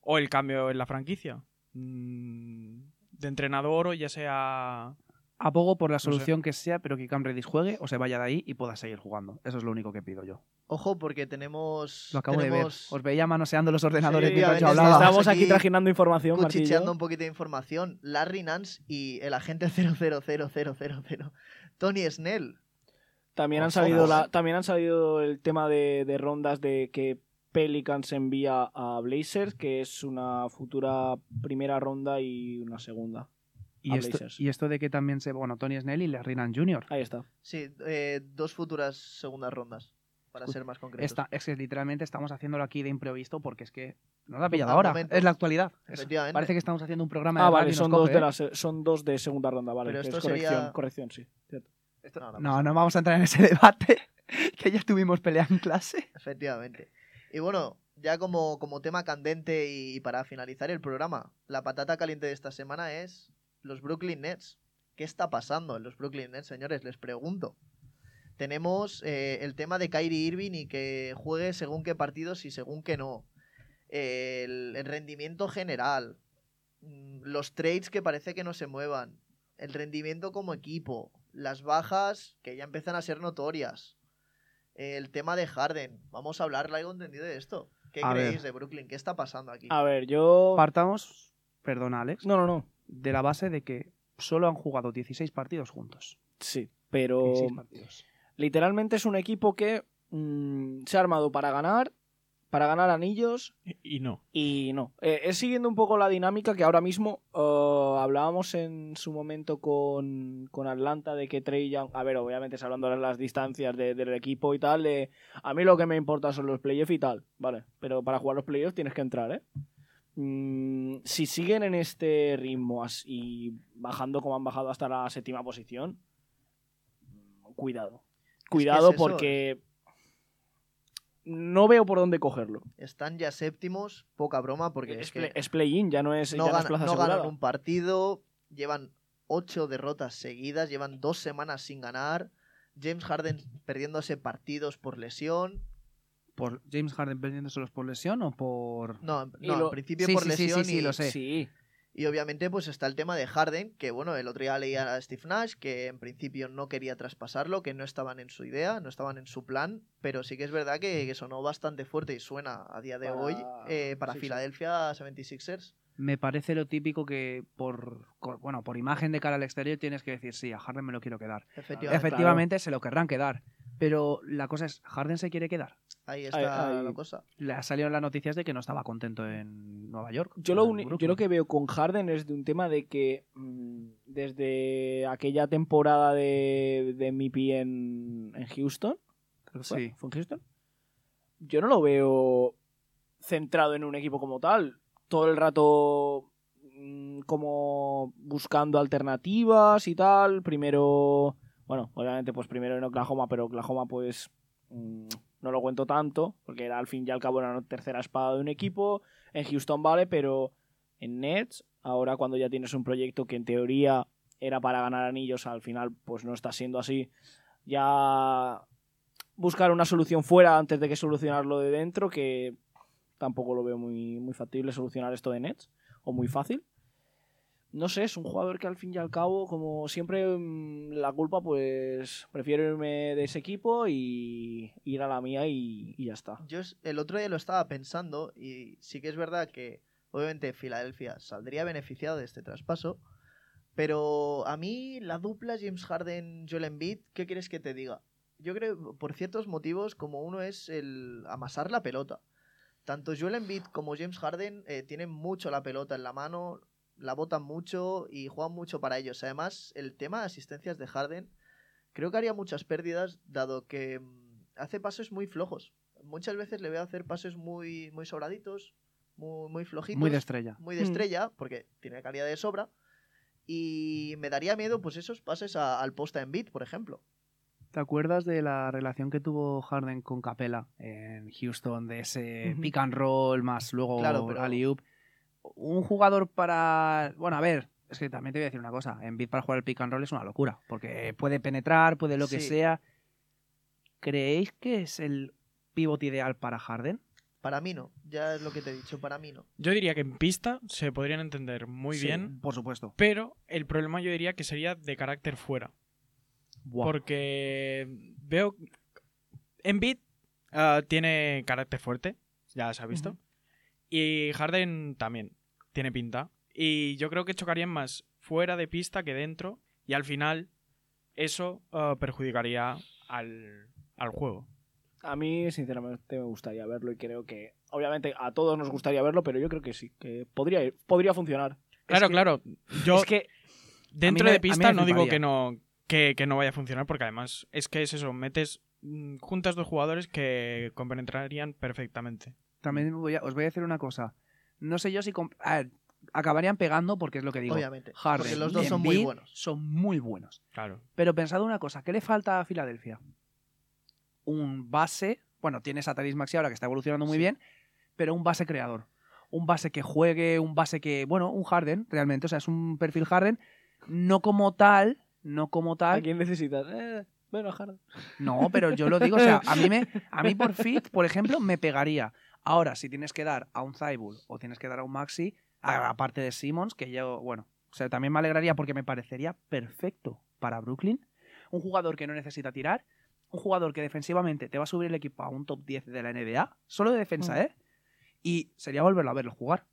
Speaker 3: o el cambio en la franquicia. Mm, De entrenador o ya sea...
Speaker 2: Abogo por la
Speaker 3: sé.
Speaker 2: solución que sea, pero que Cam Reddish juegue o se vaya de ahí y pueda seguir jugando. Eso es lo único que pido yo.
Speaker 1: Ojo, porque tenemos.
Speaker 2: Lo acabo de ver.
Speaker 1: tenemos
Speaker 2: Os veía manoseando los ordenadores
Speaker 4: Sí,
Speaker 1: a
Speaker 2: mientras
Speaker 1: ver,
Speaker 2: yo
Speaker 1: es
Speaker 2: hablaba.
Speaker 1: que
Speaker 4: Estamos aquí
Speaker 1: Aquí
Speaker 4: trajinando información,
Speaker 1: Cuchicheando
Speaker 4: Martillo.
Speaker 1: un poquito de información. Larry Nance y el agente <laughs> 000000. Tony Snell.
Speaker 4: También han,
Speaker 1: Ojo.
Speaker 4: salido la, también han salido el tema de, de rondas de que Pelicans envía a Blazers, que es una futura primera ronda y una segunda.
Speaker 2: Y
Speaker 4: a
Speaker 2: esto,
Speaker 4: Blazers.
Speaker 2: y esto de que también se. Bueno, Tony Snell y Larry Nance Jr.
Speaker 4: Ahí está.
Speaker 1: Sí, eh, dos futuras segundas rondas, para
Speaker 2: Escu-
Speaker 1: ser más concretos.
Speaker 2: Esta, es que literalmente estamos haciéndolo aquí de improviso porque es que nos ha pillado
Speaker 1: Al
Speaker 2: ahora.
Speaker 1: momento.
Speaker 2: Es la actualidad. Eso.
Speaker 1: Efectivamente.
Speaker 2: Parece que estamos haciendo un programa de
Speaker 4: Ah,
Speaker 2: radio
Speaker 4: vale,
Speaker 2: y nos
Speaker 4: son
Speaker 2: coge,
Speaker 4: dos, de
Speaker 2: ¿eh?
Speaker 4: la se- son dos de segunda ronda, vale.
Speaker 1: Pero
Speaker 4: que
Speaker 1: esto
Speaker 4: es corrección,
Speaker 1: sería-
Speaker 4: corrección, sí. cierto.
Speaker 1: No, no,
Speaker 2: No, no vamos a entrar en ese <laughs> debate que ya tuvimos pelea en clase.
Speaker 1: Efectivamente. Y bueno, ya como, como tema candente y, para finalizar el programa, la patata caliente de esta semana es los Brooklyn Nets. ¿Qué está pasando en los Brooklyn Nets, señores? Les pregunto. Tenemos eh, el tema de Kyrie Irving y que juegue según qué partidos y según qué no. El, el rendimiento general. Mm, Los trades que parece que no se muevan. El rendimiento como equipo. Las bajas que ya empiezan a ser notorias. El tema de Harden. Vamos a hablar largo entendido de esto. ¿Qué
Speaker 2: A
Speaker 1: creéis
Speaker 2: ver.
Speaker 1: de Brooklyn? ¿Qué está pasando aquí?
Speaker 4: A ver, yo...
Speaker 2: Partamos. Perdona, Alex.
Speaker 4: No, no, no.
Speaker 2: de la base de que solo han jugado 16 partidos juntos.
Speaker 4: Sí, pero
Speaker 2: 16 partidos.
Speaker 4: literalmente es un equipo que mm, se ha armado para ganar, para ganar anillos
Speaker 3: Y, y no.
Speaker 4: Y no, Eh, es siguiendo un poco la dinámica que ahora mismo eh, hablábamos en su momento con, con Atlanta de que Trey Young, a ver, obviamente hablando de las distancias de- del equipo y tal, eh, a mí lo que me importa son los playoffs y tal, vale, pero para jugar los playoffs tienes que entrar, ¿eh? Mm, si siguen en este ritmo así, bajando como han bajado hasta la séptima posición, mm, cuidado, cuidado
Speaker 1: es eso,
Speaker 4: porque no veo por dónde cogerlo.
Speaker 1: Están ya séptimos, poca broma,
Speaker 2: Eh,
Speaker 1: porque
Speaker 4: Es,
Speaker 1: es que
Speaker 4: play- es play-in, ya no es,
Speaker 1: no,
Speaker 4: ya no es
Speaker 1: gana-
Speaker 4: plaza
Speaker 1: no
Speaker 4: asegurada.
Speaker 1: ganan un partido, llevan ocho derrotas seguidas, llevan dos semanas sin ganar. James Harden perdiéndose partidos por lesión.
Speaker 2: ¿Por James Harden perdiéndoselos por lesión o por...?
Speaker 1: No, en-
Speaker 4: Y
Speaker 1: no,
Speaker 4: lo-
Speaker 1: en principio
Speaker 2: Sí,
Speaker 1: por
Speaker 2: sí, sí, sí,
Speaker 1: lesión.
Speaker 2: sí,
Speaker 1: y,
Speaker 2: lo sé.
Speaker 4: Sí,
Speaker 1: y obviamente, pues está el tema de Harden, que bueno, el otro día leía a Steve Nash que en principio no quería traspasarlo, que no estaban en su idea, no estaban en su plan, pero sí que es verdad que, que sonó bastante fuerte y suena a día de
Speaker 4: Para-
Speaker 1: hoy eh, para
Speaker 4: sí, sí.
Speaker 1: Filadelfia 76ers.
Speaker 2: Me parece lo típico que por, co- bueno, por imagen de cara al exterior tienes que decir, sí, a Harden me lo quiero quedar.
Speaker 1: Efectivamente,
Speaker 2: Efectivamente, se lo querrán quedar. Pero la cosa es, ¿Harden se quiere quedar?
Speaker 1: ahí está
Speaker 4: Ahí- ahí-
Speaker 1: la cosa.
Speaker 2: Le ha salido en las noticias de que no estaba contento en Nueva York.
Speaker 4: yo lo,
Speaker 2: en
Speaker 4: uni- yo
Speaker 2: Brooklyn.
Speaker 4: lo que veo con Harden es de un tema de que mm, desde aquella temporada de, de MVP en, en Houston,
Speaker 2: Creo que
Speaker 4: ¿fue?
Speaker 2: sí.
Speaker 4: ¿Fue en Houston? Yo no lo veo centrado en un equipo como tal. Todo el rato mm, como buscando alternativas y tal. Primero, bueno, obviamente pues primero en Oklahoma, pero Oklahoma pues mm, no lo cuento tanto, porque era al fin y al cabo la tercera espada de un equipo. En Houston vale, pero en Nets, ahora cuando ya tienes un proyecto que en teoría era para ganar anillos, al final pues no está siendo así. Ya buscar una solución fuera antes de que solucionarlo de dentro, que tampoco lo veo muy, muy factible solucionar esto de Nets, o muy fácil. No sé, es un jugador que al fin y al cabo, como siempre, mm, la culpa, pues prefiero irme de ese equipo y ir a la mía y, y ya está.
Speaker 1: Yo es- el otro día lo estaba pensando y sí que es verdad que obviamente Filadelfia saldría beneficiado de este traspaso, pero a mí la dupla James Harden-Joel Embiid, ¿qué quieres que te diga? Yo creo, por ciertos motivos, como uno es el amasar la pelota. Tanto Joel Embiid como James Harden eh, tienen mucho la pelota en la mano, la botan mucho y juegan mucho para ellos. Además, el tema de asistencias de Harden creo que haría muchas pérdidas, dado que mm, hace pases muy flojos. Muchas veces le veo hacer pases muy, muy sobraditos, muy, muy flojitos
Speaker 2: Muy de estrella.
Speaker 1: muy de
Speaker 4: Mm.
Speaker 1: estrella, porque tiene calidad de sobra. Y me daría miedo, pues, esos pases a- al posta en beat, por ejemplo.
Speaker 2: ¿Te acuerdas de la relación que tuvo Harden con Capela en Houston? De ese
Speaker 4: Ujú.
Speaker 2: pick and roll más luego
Speaker 1: Claro, pero-
Speaker 2: alley-oop. Un jugador para... Bueno, a ver, es que también te voy a decir una cosa. En para jugar el pick and roll es una locura. Porque puede penetrar, puede lo que
Speaker 1: Sí.
Speaker 2: sea. ¿Creéis que es el pivote ideal para Harden?
Speaker 1: Para mí no, ya es lo que te he dicho, para mí no.
Speaker 3: Yo diría que en pista se podrían entender muy
Speaker 2: Sí,
Speaker 3: bien,
Speaker 2: Por supuesto.
Speaker 3: pero el problema yo diría que sería de carácter fuera.
Speaker 2: Buah.
Speaker 3: Porque veo. Embiid ah, tiene carácter fuerte, ya se ha visto.
Speaker 4: Ujú.
Speaker 3: Y Harden también tiene pinta. Y yo creo que chocarían más fuera de pista que dentro. Y al final, eso ah, perjudicaría al, al juego.
Speaker 4: A mí, sinceramente, me gustaría verlo y creo que, obviamente, a todos nos gustaría verlo, pero yo creo que sí, que podría, ir- podría funcionar.
Speaker 3: Claro,
Speaker 4: que-
Speaker 3: claro. Yo
Speaker 4: es que
Speaker 3: dentro
Speaker 2: me- a
Speaker 3: de
Speaker 2: mí
Speaker 3: pista
Speaker 2: me
Speaker 3: no digo
Speaker 2: fliparía.
Speaker 3: que no, que, que no vaya a funcionar, porque además es que es eso, metes mm, juntas dos jugadores que compenetrarían perfectamente.
Speaker 2: También voy a- os voy a decir una cosa. No sé yo si... comp- a ver, acabarían pegando porque es lo que digo.
Speaker 1: Obviamente.
Speaker 2: Harden
Speaker 1: porque los
Speaker 2: y
Speaker 1: dos son muy
Speaker 2: Embiid
Speaker 1: buenos.
Speaker 2: Son muy buenos.
Speaker 3: Claro.
Speaker 2: Pero pensad una cosa, ¿qué le falta a Filadelfia? Un base, bueno, tienes a Tadis Maxi ahora que está evolucionando muy bien, pero un base creador. Un base que juegue, un base que, bueno, un Harden, realmente, o sea, es un perfil Harden, no como tal, no como
Speaker 4: ¿a
Speaker 2: tal,
Speaker 4: quién necesitas? Eh, bueno, Harden.
Speaker 2: no, pero yo lo digo, o sea, a mí, me, a mí por fit, por ejemplo, me pegaría. Ahora, si tienes que dar a un Zaibul o tienes que dar a un Maxi, a- aparte de Simmons, que yo, bueno, o sea, también me alegraría porque me parecería perfecto para Brooklyn. Un jugador que no necesita tirar, un jugador que defensivamente te va a subir el equipo a un top 10 de la NBA, solo de defensa,
Speaker 4: Mm.
Speaker 2: ¿eh? Y sería volverlo a verlo jugar.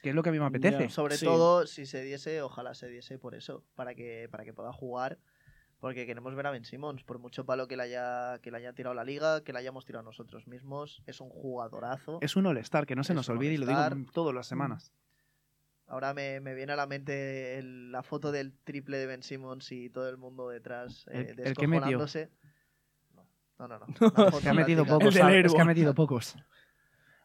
Speaker 2: que es lo que a mí me apetece.
Speaker 4: Ya.
Speaker 1: Sobre
Speaker 4: Sí.
Speaker 1: todo, si se diese, ojalá se diese por eso, para que, para que pueda jugar. Porque queremos ver a Ben Simmons, por mucho palo que le haya, que le haya tirado la liga, que le hayamos tirado nosotros mismos, es un jugadorazo.
Speaker 2: Es un All-Star, que no se
Speaker 1: Es
Speaker 2: nos
Speaker 1: un
Speaker 2: olvide y lo
Speaker 1: All-Star.
Speaker 2: digo todas las semanas.
Speaker 1: Ahora me, me viene a la mente el- la foto del triple de Ben Simmons y todo el mundo detrás eh,
Speaker 2: El- el que metió.
Speaker 1: descojonándose. No,
Speaker 2: <laughs>
Speaker 1: no, no. no. Una foto
Speaker 2: Que ha metido
Speaker 1: práctica.
Speaker 2: pocos.
Speaker 4: del
Speaker 2: ¿sabes? Es
Speaker 4: héroe.
Speaker 2: que ha metido pocos.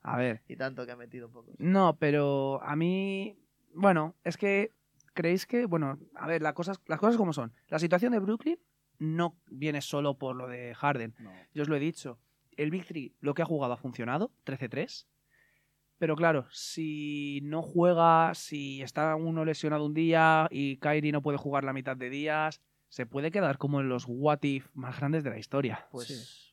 Speaker 2: A ver.
Speaker 1: Y tanto que ha metido pocos.
Speaker 2: No, pero a mí. Bueno, es que. ¿Creéis que.? Bueno, a ver, las cosas, las cosas como son. La situación de Brooklyn no viene solo por lo de Harden. Yo os lo he dicho. El Big Three, lo que ha jugado ha funcionado, 13-3. Pero claro, si no juega, si está uno lesionado un día y Kyrie no puede jugar la mitad de días, se puede quedar como en los what if más grandes de la historia.
Speaker 1: Pues,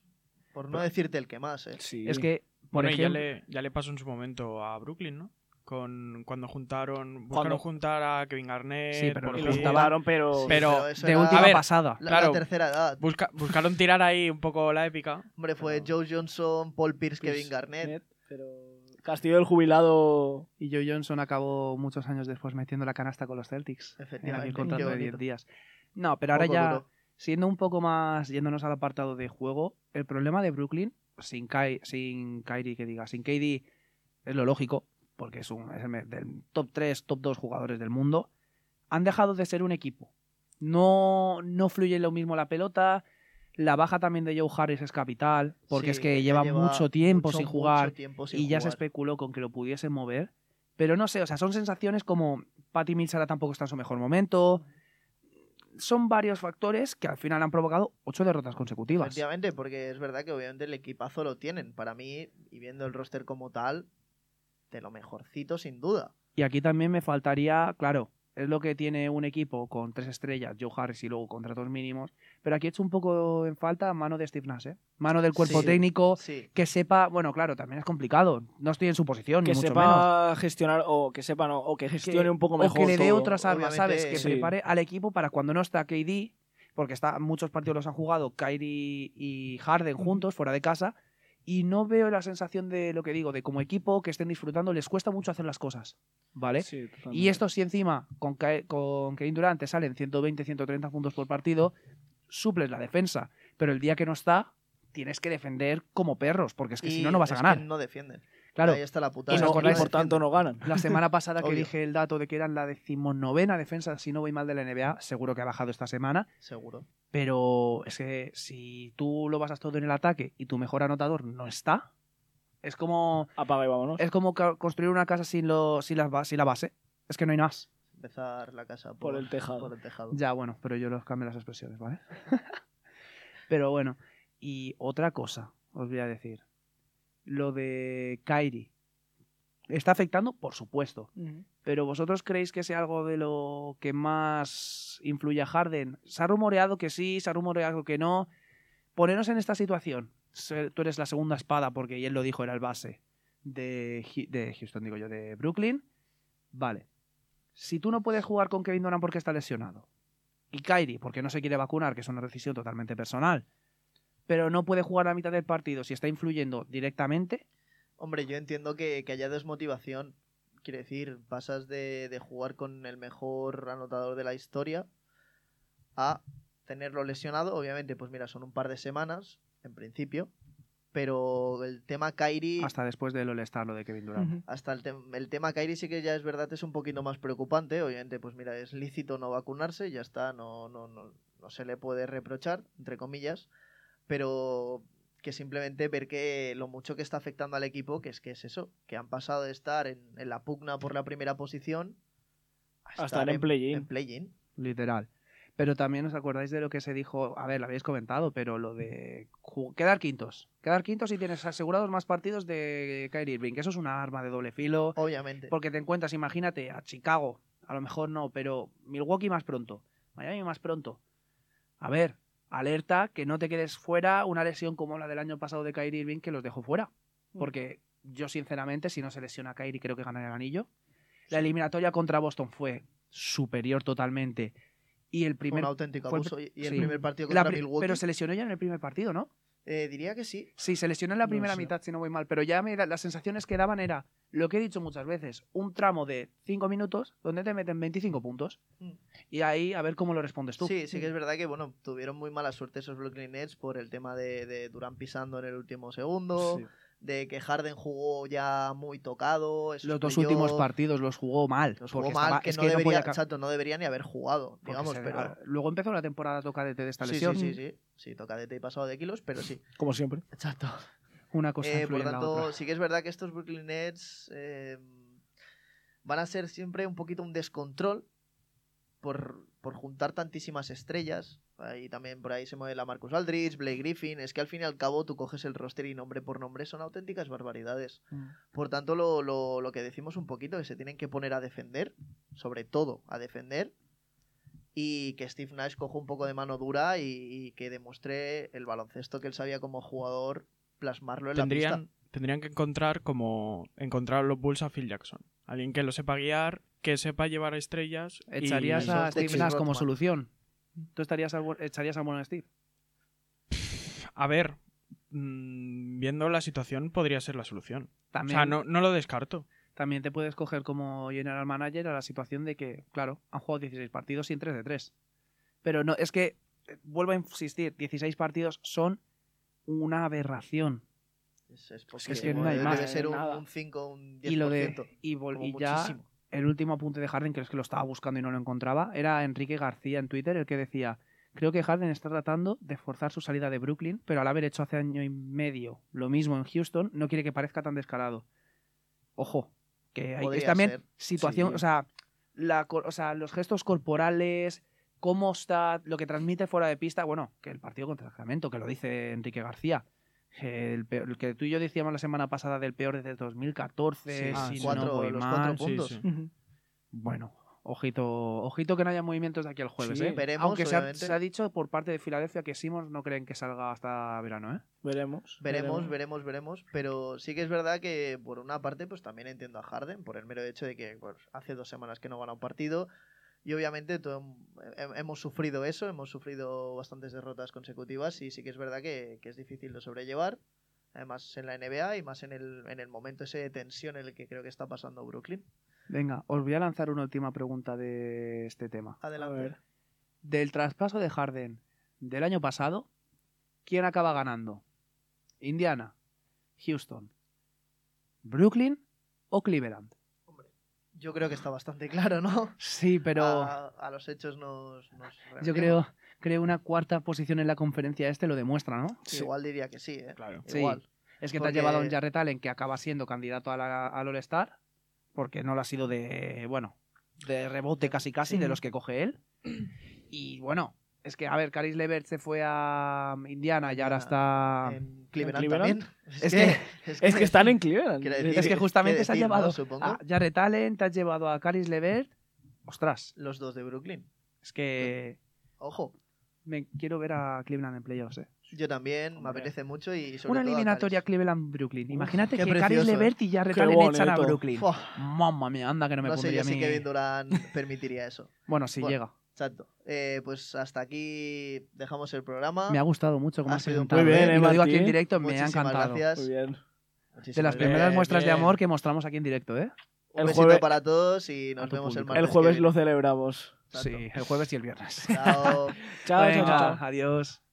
Speaker 1: por no decirte el que más, ¿eh?
Speaker 4: Sí.
Speaker 2: Es que, por
Speaker 3: Bueno, y ya,
Speaker 2: ejemplo,
Speaker 3: le, ya le pasó en su momento a Brooklyn, ¿no? Con, cuando juntaron, buscaron
Speaker 4: Cuando-
Speaker 3: juntar a Kevin Garnett,
Speaker 2: Sí, pero
Speaker 3: por
Speaker 2: lo
Speaker 4: Y
Speaker 3: fin.
Speaker 4: los
Speaker 2: juntaban-
Speaker 4: juntaron, pero.
Speaker 1: Sí,
Speaker 3: Pero
Speaker 1: eso
Speaker 2: de
Speaker 1: era
Speaker 2: última
Speaker 3: A ver,
Speaker 2: pasada.
Speaker 1: la, la
Speaker 3: claro.
Speaker 1: tercera edad.
Speaker 3: Busca- buscaron tirar ahí un poco la épica.
Speaker 1: Hombre, fue
Speaker 4: Pero-
Speaker 1: Joe Johnson, Paul Pierce,
Speaker 2: Pues,
Speaker 1: Kevin Garnett.
Speaker 4: Pero Castillo del jubilado.
Speaker 2: Y Joe Johnson acabó muchos años después metiendo la canasta con los Celtics. En
Speaker 1: Efectivamente,
Speaker 2: aquel
Speaker 1: qué
Speaker 2: contrato de
Speaker 1: bonito.
Speaker 2: 10 días. No, pero ahora
Speaker 1: Poco
Speaker 2: ya,
Speaker 1: duro.
Speaker 2: siendo un poco más, yéndonos al apartado de juego, el problema de Brooklyn, sin, Kai, sin Kyrie que diga, sin KD, es lo lógico, porque es, un, es el me- del top 3, top 2 jugadores del mundo, han dejado de ser un equipo. No, no fluye lo mismo la pelota. La baja también de Joe Harris es capital, porque
Speaker 1: Sí,
Speaker 2: es que lleva, mucho tiempo
Speaker 1: mucho,
Speaker 2: sin
Speaker 1: mucho
Speaker 2: jugar
Speaker 1: tiempo sin
Speaker 2: y ya se
Speaker 1: jugar.
Speaker 2: especuló con que lo pudiese mover. Pero no sé, o sea, son sensaciones como Patty Mills ahora tampoco está en su mejor momento. Son varios factores que al final han provocado ocho derrotas consecutivas.
Speaker 1: Efectivamente, porque es verdad que obviamente el equipazo lo tienen. Para mí, y viendo el roster como tal, de lo mejorcito sin duda.
Speaker 2: Y aquí también me faltaría, claro, es lo que tiene un equipo con tres estrellas, Joe Harris y luego contratos mínimos. Pero aquí he hecho un poco en falta mano de Steve Nash, ¿eh? mano del cuerpo
Speaker 1: Sí.
Speaker 2: técnico,
Speaker 1: Sí,
Speaker 2: que sepa, bueno, claro, también es complicado. No estoy en su posición,
Speaker 4: Que
Speaker 2: ni mucho menos.
Speaker 4: sepa gestionar. O que sepa, no. O que gestione un poco mejor.
Speaker 2: O que le dé
Speaker 4: todo.
Speaker 2: otras armas,
Speaker 1: Obviamente,
Speaker 2: ¿sabes? Que
Speaker 4: sí.
Speaker 2: prepare al equipo para cuando no está KD, porque está, muchos partidos los han jugado Kyrie y Harden juntos, fuera de casa, y no veo la sensación de lo que digo, de como equipo que estén disfrutando, les cuesta mucho hacer las cosas, ¿vale?
Speaker 4: Sí, totalmente.
Speaker 2: ¿eh? Y esto si encima con, Ka- con Kevin Durant te salen 120, 130 puntos por partido, suples la defensa, pero el día que no está, tienes que defender como perros, porque es que si no, no vas a
Speaker 1: es que
Speaker 2: ganar.
Speaker 1: no defienden.
Speaker 2: claro,
Speaker 1: Ahí está la putada.
Speaker 4: Y
Speaker 1: es
Speaker 2: ¿Os
Speaker 4: no,
Speaker 1: que
Speaker 2: acordáis?
Speaker 4: y por tanto
Speaker 1: defienden.
Speaker 4: no ganan.
Speaker 2: La semana pasada que
Speaker 1: Obvio.
Speaker 2: dije el dato de que eran la decimonovena defensa, si no voy mal de la NBA, seguro que ha bajado esta semana.
Speaker 1: Seguro.
Speaker 2: Pero es que si tú lo basas todo en el ataque y tu mejor anotador no está, es como,
Speaker 4: Apaga y vámonos.
Speaker 2: es como ca- construir una casa sin, lo, sin, la, ba- sin la base. Es que no hay nada más.
Speaker 1: Empezar la casa por,
Speaker 4: Por el tejado.
Speaker 1: por el tejado.
Speaker 2: Ya, bueno, pero yo los cambio las expresiones, ¿vale? <laughs> pero bueno, y otra cosa, os voy a decir. Lo de Kairi. Está afectando, por supuesto. Pero vosotros creéis que sea algo de lo que más influye a Harden. Se ha rumoreado que sí, se ha rumoreado que no. Poneros en esta situación. Se- Tú eres la segunda espada, porque y él lo dijo, era el base de, Hi- de Houston, digo yo, de Brooklyn. Vale. Si tú no puedes jugar con Kevin Durant porque está lesionado, y Kyrie porque no se quiere vacunar, que es una decisión totalmente personal, pero no puede jugar la mitad del partido si está influyendo directamente,
Speaker 1: Hombre, yo entiendo que, que haya desmotivación. Quiere decir, pasas de, de jugar con el mejor anotador de la historia a tenerlo lesionado. Obviamente, pues mira, son un par de semanas, en principio. Pero el tema Kairi, hasta,
Speaker 2: hasta después del All-Star, lo de Kevin Durant.
Speaker 1: el, tem- el tema Kairi sí que ya es verdad, es un poquito más preocupante. Obviamente, pues mira, es lícito no vacunarse, ya está, no, no, no, no se le puede reprochar, entre comillas. Pero que simplemente ver que lo mucho que está afectando al equipo, que es que es eso, que han pasado de estar en, en la pugna por la primera posición a
Speaker 4: estar en play-in.
Speaker 1: en play-in.
Speaker 2: literal. Pero también os acordáis de lo que se dijo, a ver, lo habéis comentado, pero lo de ju- quedar quintos. Quedar quintos y tienes asegurados más partidos de Kyrie Irving, que eso es una arma de doble filo,
Speaker 1: Obviamente.
Speaker 2: porque te encuentras, imagínate, a Chicago, a lo mejor no, pero Milwaukee más pronto, Miami más pronto. A ver, alerta que no te quedes fuera una lesión como la del año pasado de Kyrie Irving que los dejó fuera,
Speaker 1: Mm.
Speaker 2: porque yo sinceramente, si no se lesiona Kyrie, creo que ganaría el anillo. La eliminatoria contra Boston fue superior totalmente. Y el
Speaker 1: Fue
Speaker 2: primer
Speaker 1: un auténtico
Speaker 2: fue el
Speaker 1: abuso. Y y el
Speaker 2: sí.
Speaker 1: primer partido
Speaker 2: la
Speaker 1: contra
Speaker 2: pri-
Speaker 1: Milwaukee.
Speaker 2: Pero se lesionó ya en el primer partido, ¿no?
Speaker 1: Eh, diría que sí.
Speaker 2: Sí, se lesionó en la
Speaker 4: No
Speaker 2: primera
Speaker 4: sé.
Speaker 2: mitad, si no voy mal, pero ya me da- las sensaciones que daban era lo que he dicho muchas veces, un tramo de 5 minutos donde te meten 25 puntos
Speaker 1: Mm.
Speaker 2: y ahí a ver cómo lo respondes tú.
Speaker 1: Sí, sí que es verdad que, bueno, tuvieron muy mala suerte esos Brooklyn Nets por el tema de, de Durán pisando en el último segundo,
Speaker 4: Sí.
Speaker 1: de que Harden jugó ya muy tocado. esos
Speaker 2: Los dos
Speaker 1: playoffs,
Speaker 2: últimos partidos los jugó mal.
Speaker 1: Los
Speaker 2: porque
Speaker 1: jugó mal,
Speaker 2: estaba-
Speaker 1: que,
Speaker 2: es
Speaker 1: no,
Speaker 2: que
Speaker 1: debería,
Speaker 2: podía ca-
Speaker 1: exacto, no debería ni haber jugado,
Speaker 2: porque
Speaker 1: digamos,
Speaker 2: se-
Speaker 1: pero...
Speaker 2: Luego empezó la temporada tocadete de esta
Speaker 1: Sí,
Speaker 2: lesión.
Speaker 1: sí, sí, sí, sí, tocadete y pasado de kilos, pero sí,
Speaker 4: Como siempre.
Speaker 1: exacto.
Speaker 2: Una cosa
Speaker 1: Eh,
Speaker 2: influye
Speaker 1: por
Speaker 2: en la otra.
Speaker 1: tanto, sí que es verdad que estos Brooklyn Nets eh, van a ser siempre un poquito un descontrol por, por juntar tantísimas estrellas. Ahí también por ahí se mueve la Marcus Aldridge, Blake Griffin. Es que al fin y al cabo tú coges el roster y nombre por nombre son auténticas barbaridades.
Speaker 2: Mm.
Speaker 1: Por tanto, lo, lo- lo que decimos un poquito, que se tienen que poner a defender, sobre todo a defender, y que Steve Nash coja un poco de mano dura y, y que demuestre el baloncesto que él sabía como jugador, plasmarlo en la pista.
Speaker 3: Tendrían, tendrían que encontrar como encontrar los Bulls a Phil Jackson. Alguien que lo sepa guiar, que sepa llevar estrellas. y-
Speaker 2: ¿Echarías
Speaker 1: eso
Speaker 2: a
Speaker 1: es
Speaker 2: Steve
Speaker 1: Texas
Speaker 2: Nash como
Speaker 1: Rodman.
Speaker 2: solución? ¿Tú estarías al bu- echarías al bueno de Steve?
Speaker 3: A ver, mm, viendo la situación, podría ser la solución. O
Speaker 2: También,
Speaker 3: sea, no, no lo descarto.
Speaker 2: también te puedes coger como general manager a la situación de que, claro, han jugado 16 partidos y en 3 de 3. Pero no, es que, eh, vuelvo a insistir, 16 partidos son una aberración.
Speaker 1: Es, es
Speaker 2: que
Speaker 1: poquísimo,
Speaker 2: no hay
Speaker 1: debe
Speaker 2: más,
Speaker 1: ser un,
Speaker 4: nada.
Speaker 1: un 5, un 10%.
Speaker 2: Y lo de y, vol-
Speaker 1: como
Speaker 2: y ya
Speaker 1: muchísimo.
Speaker 2: el último apunte de Harden, que es que lo estaba buscando y no lo encontraba, era Enrique García en Twitter el que decía, creo que Harden está tratando de forzar su salida de Brooklyn, pero al haber hecho hace año y medio lo mismo en Houston, no quiere que parezca tan descarado. Ojo, que hay, es
Speaker 1: Podría
Speaker 2: también
Speaker 1: ser.
Speaker 2: situación,
Speaker 4: Sí.
Speaker 2: o, sea, la, cor- o sea, los gestos corporales, cómo está, lo que transmite fuera de pista, bueno, que el partido contra el Sacramento, que lo dice Enrique García. El, peor- el que tú y yo decíamos la semana pasada del peor desde 2014,
Speaker 3: Sí,
Speaker 2: si no
Speaker 3: sí.
Speaker 1: Cuatro-
Speaker 2: voy
Speaker 1: los
Speaker 2: mal.
Speaker 1: cuatro
Speaker 3: Sí,
Speaker 1: puntos.
Speaker 3: sí.
Speaker 2: Bueno, ojito, ojito que no haya movimientos de aquí al jueves,
Speaker 4: Sí,
Speaker 2: ¿eh?
Speaker 1: veremos,
Speaker 2: Aunque se ha,
Speaker 1: obviamente.
Speaker 2: se ha dicho por parte de Filadelfia que Simmons no creen que salga hasta verano, ¿eh?
Speaker 4: Veremos.
Speaker 1: Veremos, veremos, veremos. Pero sí que es verdad que, por una parte, pues también entiendo a Harden, por el mero hecho de que pues, hace dos semanas que no gana un partido. Y obviamente todo- he- hemos sufrido eso, hemos sufrido bastantes derrotas consecutivas y sí que es verdad que, que es difícil de sobrellevar. Además en la NBA y más en el, en el momento ese de tensión en el que creo que está pasando Brooklyn.
Speaker 2: Venga, os voy a lanzar una última pregunta de este tema.
Speaker 1: Adelante.
Speaker 4: ver.
Speaker 2: Del traspaso de Harden del año pasado, ¿quién acaba ganando? ¿Indiana, Houston, Brooklyn o Cleveland?
Speaker 1: Yo creo que está bastante <laughs> claro, ¿no?
Speaker 2: Sí, pero
Speaker 1: A, a los hechos nos... nos
Speaker 2: yo
Speaker 1: remitimos.
Speaker 2: creo, creo una cuarta posición en la conferencia este lo demuestra, ¿no?
Speaker 1: Igual diría que sí, ¿eh?
Speaker 3: Claro.
Speaker 2: Sí.
Speaker 1: Igual.
Speaker 2: Es que
Speaker 1: Porque-
Speaker 2: te has llevado a un Jarrett Allen que acaba siendo candidato a la- al All-Star, porque no lo ha sido de, bueno, de rebote casi casi, de los que coge él. Y bueno, es que, a ver, Caris Levert se fue a Indiana y
Speaker 1: Indiana,
Speaker 2: ahora está...
Speaker 1: Ah, en Cleveland, <laughs>
Speaker 4: Cleveland?
Speaker 1: también.
Speaker 2: Es
Speaker 4: <laughs> Es que están en
Speaker 1: <laughs> Quiero
Speaker 4: Cleveland.
Speaker 1: decir-
Speaker 2: Es que
Speaker 1: qué
Speaker 2: justamente se ha
Speaker 1: decir, ¿no?
Speaker 2: llevado
Speaker 1: Supongo.
Speaker 2: a Jarrett Allen, te has llevado a Caris Levert. Ostras,
Speaker 1: los dos de Brooklyn.
Speaker 2: es que
Speaker 1: Ojo,
Speaker 2: me quiero ver a Cleveland en playoffs. eh.
Speaker 1: yo también, me
Speaker 4: Hombre.
Speaker 1: apetece mucho y sobre
Speaker 2: Una
Speaker 1: todo a
Speaker 2: eliminatoria
Speaker 1: Caris.
Speaker 2: Cleveland-Brooklyn. Imagínate
Speaker 1: qué
Speaker 2: que Caris
Speaker 1: precioso, eh.
Speaker 2: Levert y Jarrett
Speaker 4: Qué
Speaker 2: Allen echan a
Speaker 4: bonito.
Speaker 2: Brooklyn.
Speaker 1: Fua,
Speaker 2: Mamma mía, anda que no me
Speaker 1: no sé
Speaker 2: pondría
Speaker 1: yo
Speaker 2: a
Speaker 1: si
Speaker 2: mí-
Speaker 1: Kevin Durant
Speaker 2: <laughs>
Speaker 1: permitiría eso.
Speaker 2: Bueno, si
Speaker 1: Bueno,
Speaker 2: llega.
Speaker 1: Exacto. Eh, pues hasta aquí dejamos el programa.
Speaker 2: Me ha gustado mucho cómo
Speaker 1: Ha
Speaker 2: has
Speaker 1: sido un
Speaker 2: presentado. ¿eh?
Speaker 4: placer. Muy bien,
Speaker 2: Y
Speaker 4: eh,
Speaker 2: lo digo aquí en
Speaker 4: Martín.
Speaker 2: directo, me ha
Speaker 1: Muchísimas
Speaker 2: encantado.
Speaker 1: gracias.
Speaker 4: Muy bien.
Speaker 1: Muchísimas
Speaker 2: De las
Speaker 1: gracias.
Speaker 2: primeras
Speaker 4: Bien,
Speaker 2: muestras
Speaker 4: bien.
Speaker 2: de amor que mostramos aquí en directo, ¿eh?
Speaker 1: Un
Speaker 4: El
Speaker 1: besito
Speaker 4: jueves-
Speaker 1: para todos y nos
Speaker 2: A tu
Speaker 1: vemos el
Speaker 2: público.
Speaker 1: martes.
Speaker 4: El
Speaker 1: que
Speaker 4: jueves
Speaker 1: viene.
Speaker 4: lo
Speaker 1: Exacto.
Speaker 4: celebramos.
Speaker 2: <laughs> Sí, el jueves y el viernes.
Speaker 1: Chao.
Speaker 4: Chao, chao,
Speaker 2: Venga,
Speaker 4: chao.
Speaker 2: Adiós.